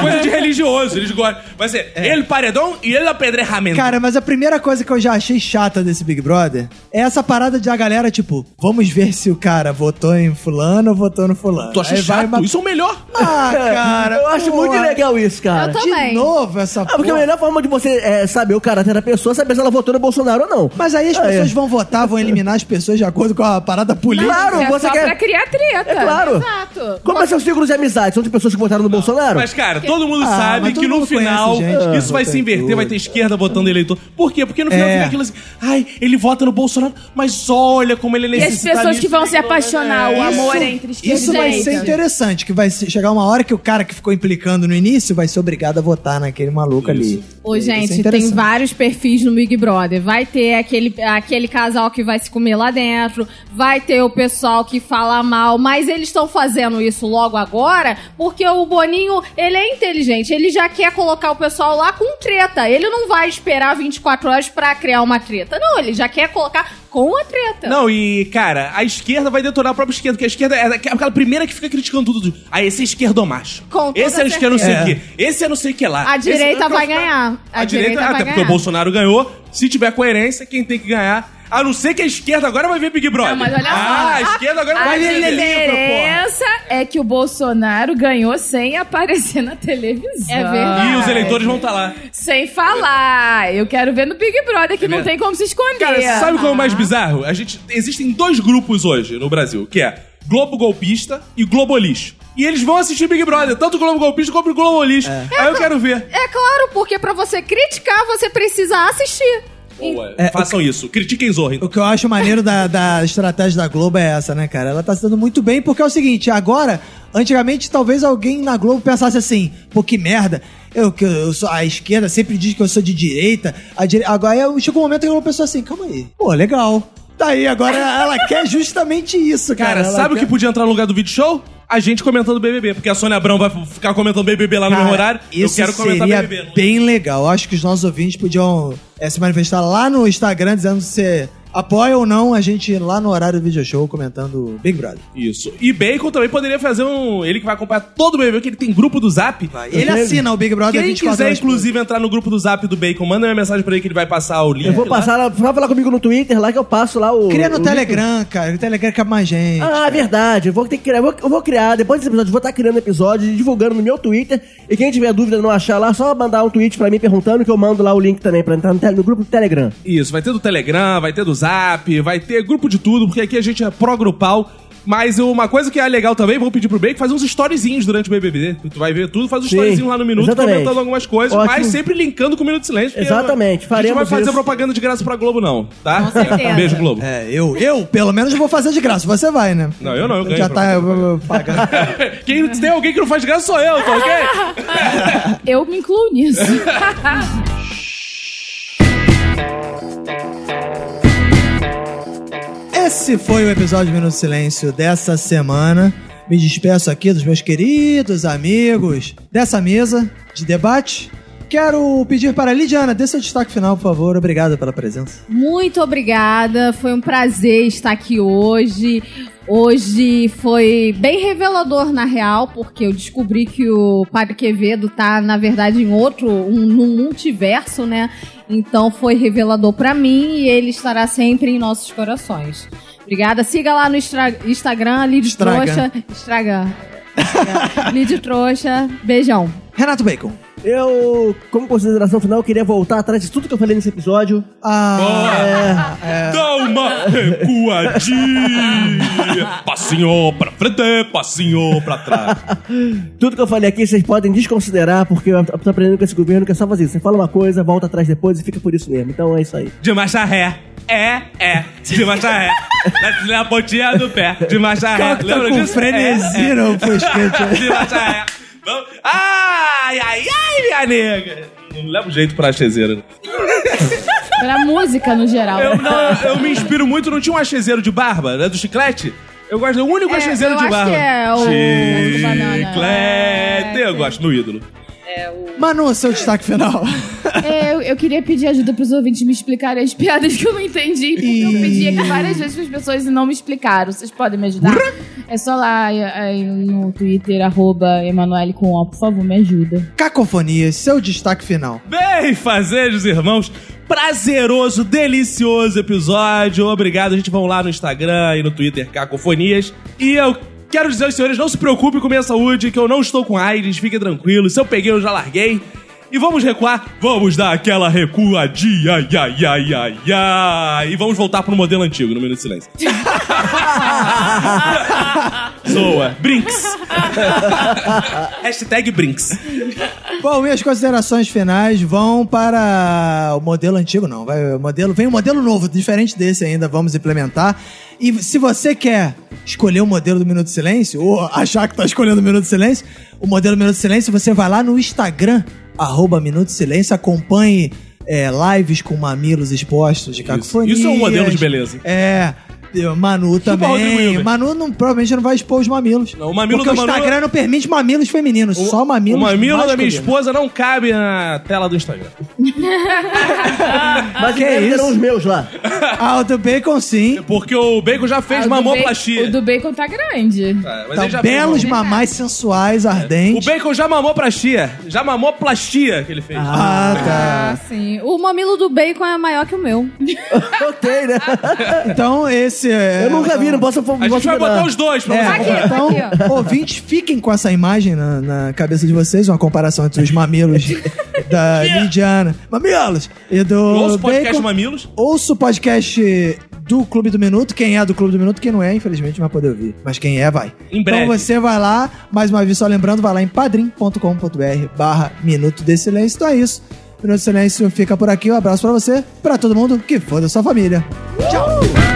Coisa de religioso, eles gostam. Vai ser ele paredão e ele apedrejamento.
É. Cara, mas a primeira coisa que eu já achei chata desse Big Brother é essa parada de a galera, tipo, vamos ver se o cara votou em fulano ou votou no fulano.
tu acha
Aí vai
chato?
ma-
Isso é o melhor.
Ah, cara.
<laughs> eu acho
porra.
muito legal isso, cara.
Eu tô-
De
Também.
novo essa
Ah, porque a
porra.
melhor forma de você é, saber o caráter da pessoa é saber se ela votou no Bolsonaro ou não.
Mas aí as
Ah, é.
pessoas vão votar, vão eliminar as pessoas de acordo com a parada política.
Claro,
é
você
só
quer-
pra criar treta.
É claro.
Exato.
Como é seu círculo de amizade? São de pessoas que votaram no Bolsonaro?
Mas, cara, todo mundo
Ah,
sabe
mas
que
todo
no
mundo conhece
final
gente que
isso vai
vota
se
em
inverter,
tudo.
vai ter esquerda votando eleitor. Por quê? Porque no final
É.
fica aquilo assim, ai, ele vota no Bolsonaro, mas olha como ele é
E as pessoas que vão se apaixonar, o amor é entre esquerda
Isso
e
vai
direita.
ser interessante, que vai se- chegar chegar uma hora que o cara que ficou implicando no início vai ser obrigado a votar naquele maluco ali.
Ô,
Isso é
gente, tem
interessante.
vários perfis no Big Brother. Vai ter aquele, aquele casal que vai se comer lá dentro, vai ter o pessoal que fala mal, mas eles estão fazendo isso logo agora porque o Boninho, ele é inteligente. Ele já quer colocar o pessoal lá com treta. Ele não vai esperar 24 horas pra criar uma treta. Não, ele já quer colocar com a treta.
Não, e, cara, a esquerda vai detonar a própria esquerda, porque a esquerda é aquela primeira que fica criticando tudo. Ah, esse é esquerdomacho.
Com toda
Esse é esquerdo não sei
certeza.
o quê. Esse é não sei o que lá.
A
Esse-
direita vai ganhar.
A, direita, ah, até
vai
porque o
ganhar.
Bolsonaro ganhou. Se tiver coerência, quem tem que ganhar. A não ser que a esquerda agora vai ver Big Brother.
Não, mas olha
ah, a
só.
esquerda agora
A
vai ver
diferença é que o Bolsonaro ganhou sem aparecer na televisão.
É verdade.
E os eleitores vão estar lá.
Sem falar. Eu quero ver no Big Brother, que não
É verdade.
tem como se esconder.
Cara, sabe qual é o mais bizarro? A gente existem dois grupos hoje no Brasil, que é Globo Golpista e Globo Lixo. E eles vão assistir Big Brother, tanto o Globo Golpista como o Globo Lixo. Aí eu quero ver.
É claro, porque pra você criticar, você precisa assistir.
Boa, é, façam isso. Critiquem Zorro.
O
então.
que eu acho maneiro da, da estratégia da Globo é essa, né, cara? Ela tá se dando muito bem, porque é o seguinte, agora, antigamente, talvez alguém na Globo pensasse assim, pô, que merda, eu, que eu, eu sou a esquerda sempre diz que eu sou de direita, a dire... agora eu- chegou um momento que uma pessoa assim, calma aí, pô, legal. Daí, agora ela quer justamente isso, cara.
Cara,
Ela
sabe o
quer-
que podia entrar no lugar do vídeo show? A gente comentando BBB, porque a Sônia Abrão vai ficar comentando BBB lá no meu
Cara,
horário. Eu
Isso
quero comentar
seria
BBB. não- é?
bem legal. Eu Acho que os nossos ouvintes podiam eh, se manifestar lá no Instagram dizendo se apoia ou não a gente lá no horário do video show comentando Big Brother.
Isso. E Bacon também poderia fazer um. Ele que vai acompanhar todo o BBB, que ele tem grupo do Zap.
Ele assina o Big Brother
Quem
24
quiser,
horas por dia.
inclusive, entrar no grupo do Zap do Bacon, manda uma mensagem pra ele que ele vai passar o link.
Eu vou
lá.
passar lá, só falar comigo no Twitter lá que eu passo lá o.
Cria
o
no
link.
Telegram, cara. O Telegram cabe mais gente.
Ah, é verdade. Eu vou ter que criar. Eu vou, eu vou criar, depois desse episódio, eu vou estar criando episódio e divulgando no meu Twitter. E quem tiver dúvida e não achar lá, só mandar um tweet pra mim perguntando que eu mando lá o link também pra entrar no, tele- no grupo do Telegram.
Isso, vai ter do Telegram, vai ter do Zap, vai ter grupo de tudo, porque aqui a gente é pró-grupal. Mas uma coisa que é legal também, vou pedir pro Bacon fazer uns storyzinhos durante o BBB. Tu vai ver tudo, faz um
Sim,
storyzinho lá no Minuto,
exatamente.
comentando algumas coisas,
Ótimo.
mas sempre linkando com o Minuto de Silêncio. porque A
Exatamente,
gente não vai
faremos
fazer
isso.
propaganda de graça pra Globo, não, tá?
Com certeza.
<laughs> Beijo, Globo.
É, eu, eu, pelo menos, vou fazer de graça. Você vai, né?
Não, eu não, eu ganho
Já tá
pra
eu- eu- pagando.
Quem, se tem alguém que não faz de graça sou eu, tá ok?
Eu me incluo nisso.
Esse foi o episódio Minuto Silêncio dessa semana. Me despeço aqui dos meus queridos amigos dessa mesa de debate. Quero pedir para a Lidiana, dê seu destaque final, por favor. Obrigado pela presença.
Muito obrigada, foi um prazer estar aqui hoje. Hoje foi bem revelador, na real, porque eu descobri que o Padre Quevedo tá, na verdade, em outro, um, num multiverso, né? Então foi revelador pra mim e ele estará sempre em nossos corações. Obrigada. Siga lá no Instra- Instagram, Lide
Estraga.
Trouxa. Estraga. Estraga. Lide Trouxa. Beijão.
Renato Bacon.
Eu, como consideração final, queria voltar atrás de tudo que eu falei nesse episódio. É,
Ah,
É.
Dá uma
<laughs>
recuadinha. Passinho pra frente, passinho pra trás.
Tudo que eu falei aqui vocês podem desconsiderar, porque eu tô aprendendo com esse governo que é só fazer isso. Você fala uma coisa, volta atrás depois e fica por isso mesmo. Então é isso aí.
De marcha ré. É, é. De marcha ré. Na, na pontinha do pé. De marcha ré.
tá
Lembra
com
disso?
frenesi
É, é.
no pescoço.
<laughs> De marcha ré. Vamos. Ai, ai, ai, minha nega. Não leva jeito pra achezeira. né?
Pra música no geral.
Eu, não, Ah, eu me inspiro muito. Não tinha um achezeiro de barba, né? Do chiclete? Eu gosto do único
É,
achezeiro
eu
de
acho
barba.
que é o- o banana.
Chiclete. Eu gosto do ídolo.
Manu, seu destaque final.
É, Eu, eu queria pedir ajuda pros ouvintes me explicarem as piadas que eu não entendi. Porque eu pedi aqui várias vezes pras pessoas e não me explicaram. Vocês podem me ajudar? É só lá é, é, no Twitter, arroba Emanuele com O, por favor, me ajuda.
Cacofonia, seu destaque final.
Bem, fazejos, irmãos. Prazeroso, delicioso episódio. Obrigado. A gente vão lá no Instagram e no Twitter Cacofonias. E eu quero dizer aos senhores, não se preocupem com minha saúde, que eu não estou com AIDS, fiquem tranquilos. Se eu peguei, eu já larguei. E vamos recuar, vamos dar aquela recuadinha, ai, ai, ai, ai, ai, e vamos voltar pro modelo antigo, no Minuto de Silêncio. Zoa. Brinks. Hashtag Brinks.
Bom, minhas é considerações finais vão para o modelo antigo, não. Vai, o modelo, vem um modelo novo, diferente desse ainda, vamos implementar. E se você quer escolher o modelo do Minuto de Silêncio, ou achar que tá escolhendo o Minuto de Silêncio, o modelo Minuto de Silêncio, você vai lá no Instagram, arroba Minuto de Silêncio, acompanhe é, lives com mamilos expostos de cacofonia.
Isso é um modelo de beleza.
É. Manu
Rodrigo
também.
Hilbert.
Manu não, provavelmente não vai expor os mamilos.
Não, o mamilo
porque
da
o
Manu- é-
Instagram não permite mamilos femininos, só mamilos
O mamilo da minha
masculinos.
esposa não cabe na tela do Instagram. Ah,
Mas que
isso?
terão os meus lá. <laughs>
Ah, o do bacon sim.
Porque o Bacon já fez mamoplastia.
O Ah, do bacon tá grande.
Ah, mas
Tá
ele já fez
belos
mamoplastia.
mamais sensuais,
O
ardentes.
Bacon já mamou plastia. Já mamou plastia que ele fez.
Ah,
Ah,
tá.
sim. O mamilo do bacon é maior que o meu.
ok, né?
Então, esse é.
Eu nunca vi, não posso
Ah, A gente vai botar os dois pra
É,
você.
aqui, tá
então,
aqui,
ouvintes, fiquem com essa imagem na, na cabeça de vocês, uma comparação entre os mamilos da Lidiana. Mamilos! E do.
Ouça o podcast
Bacon.
Mamilos.
Ouça o podcast do Clube do Minuto. Quem é do Clube do Minuto, quem não é, infelizmente, não vai poder ouvir. Mas quem é, vai.
Em breve.
Então você vai lá, mais uma vez, só lembrando, vai lá em padrim.com.br barra Minuto de Silêncio. Então é isso. Minuto de Silêncio fica por aqui. Um abraço pra você, pra todo mundo, que foda sua família. Tchau!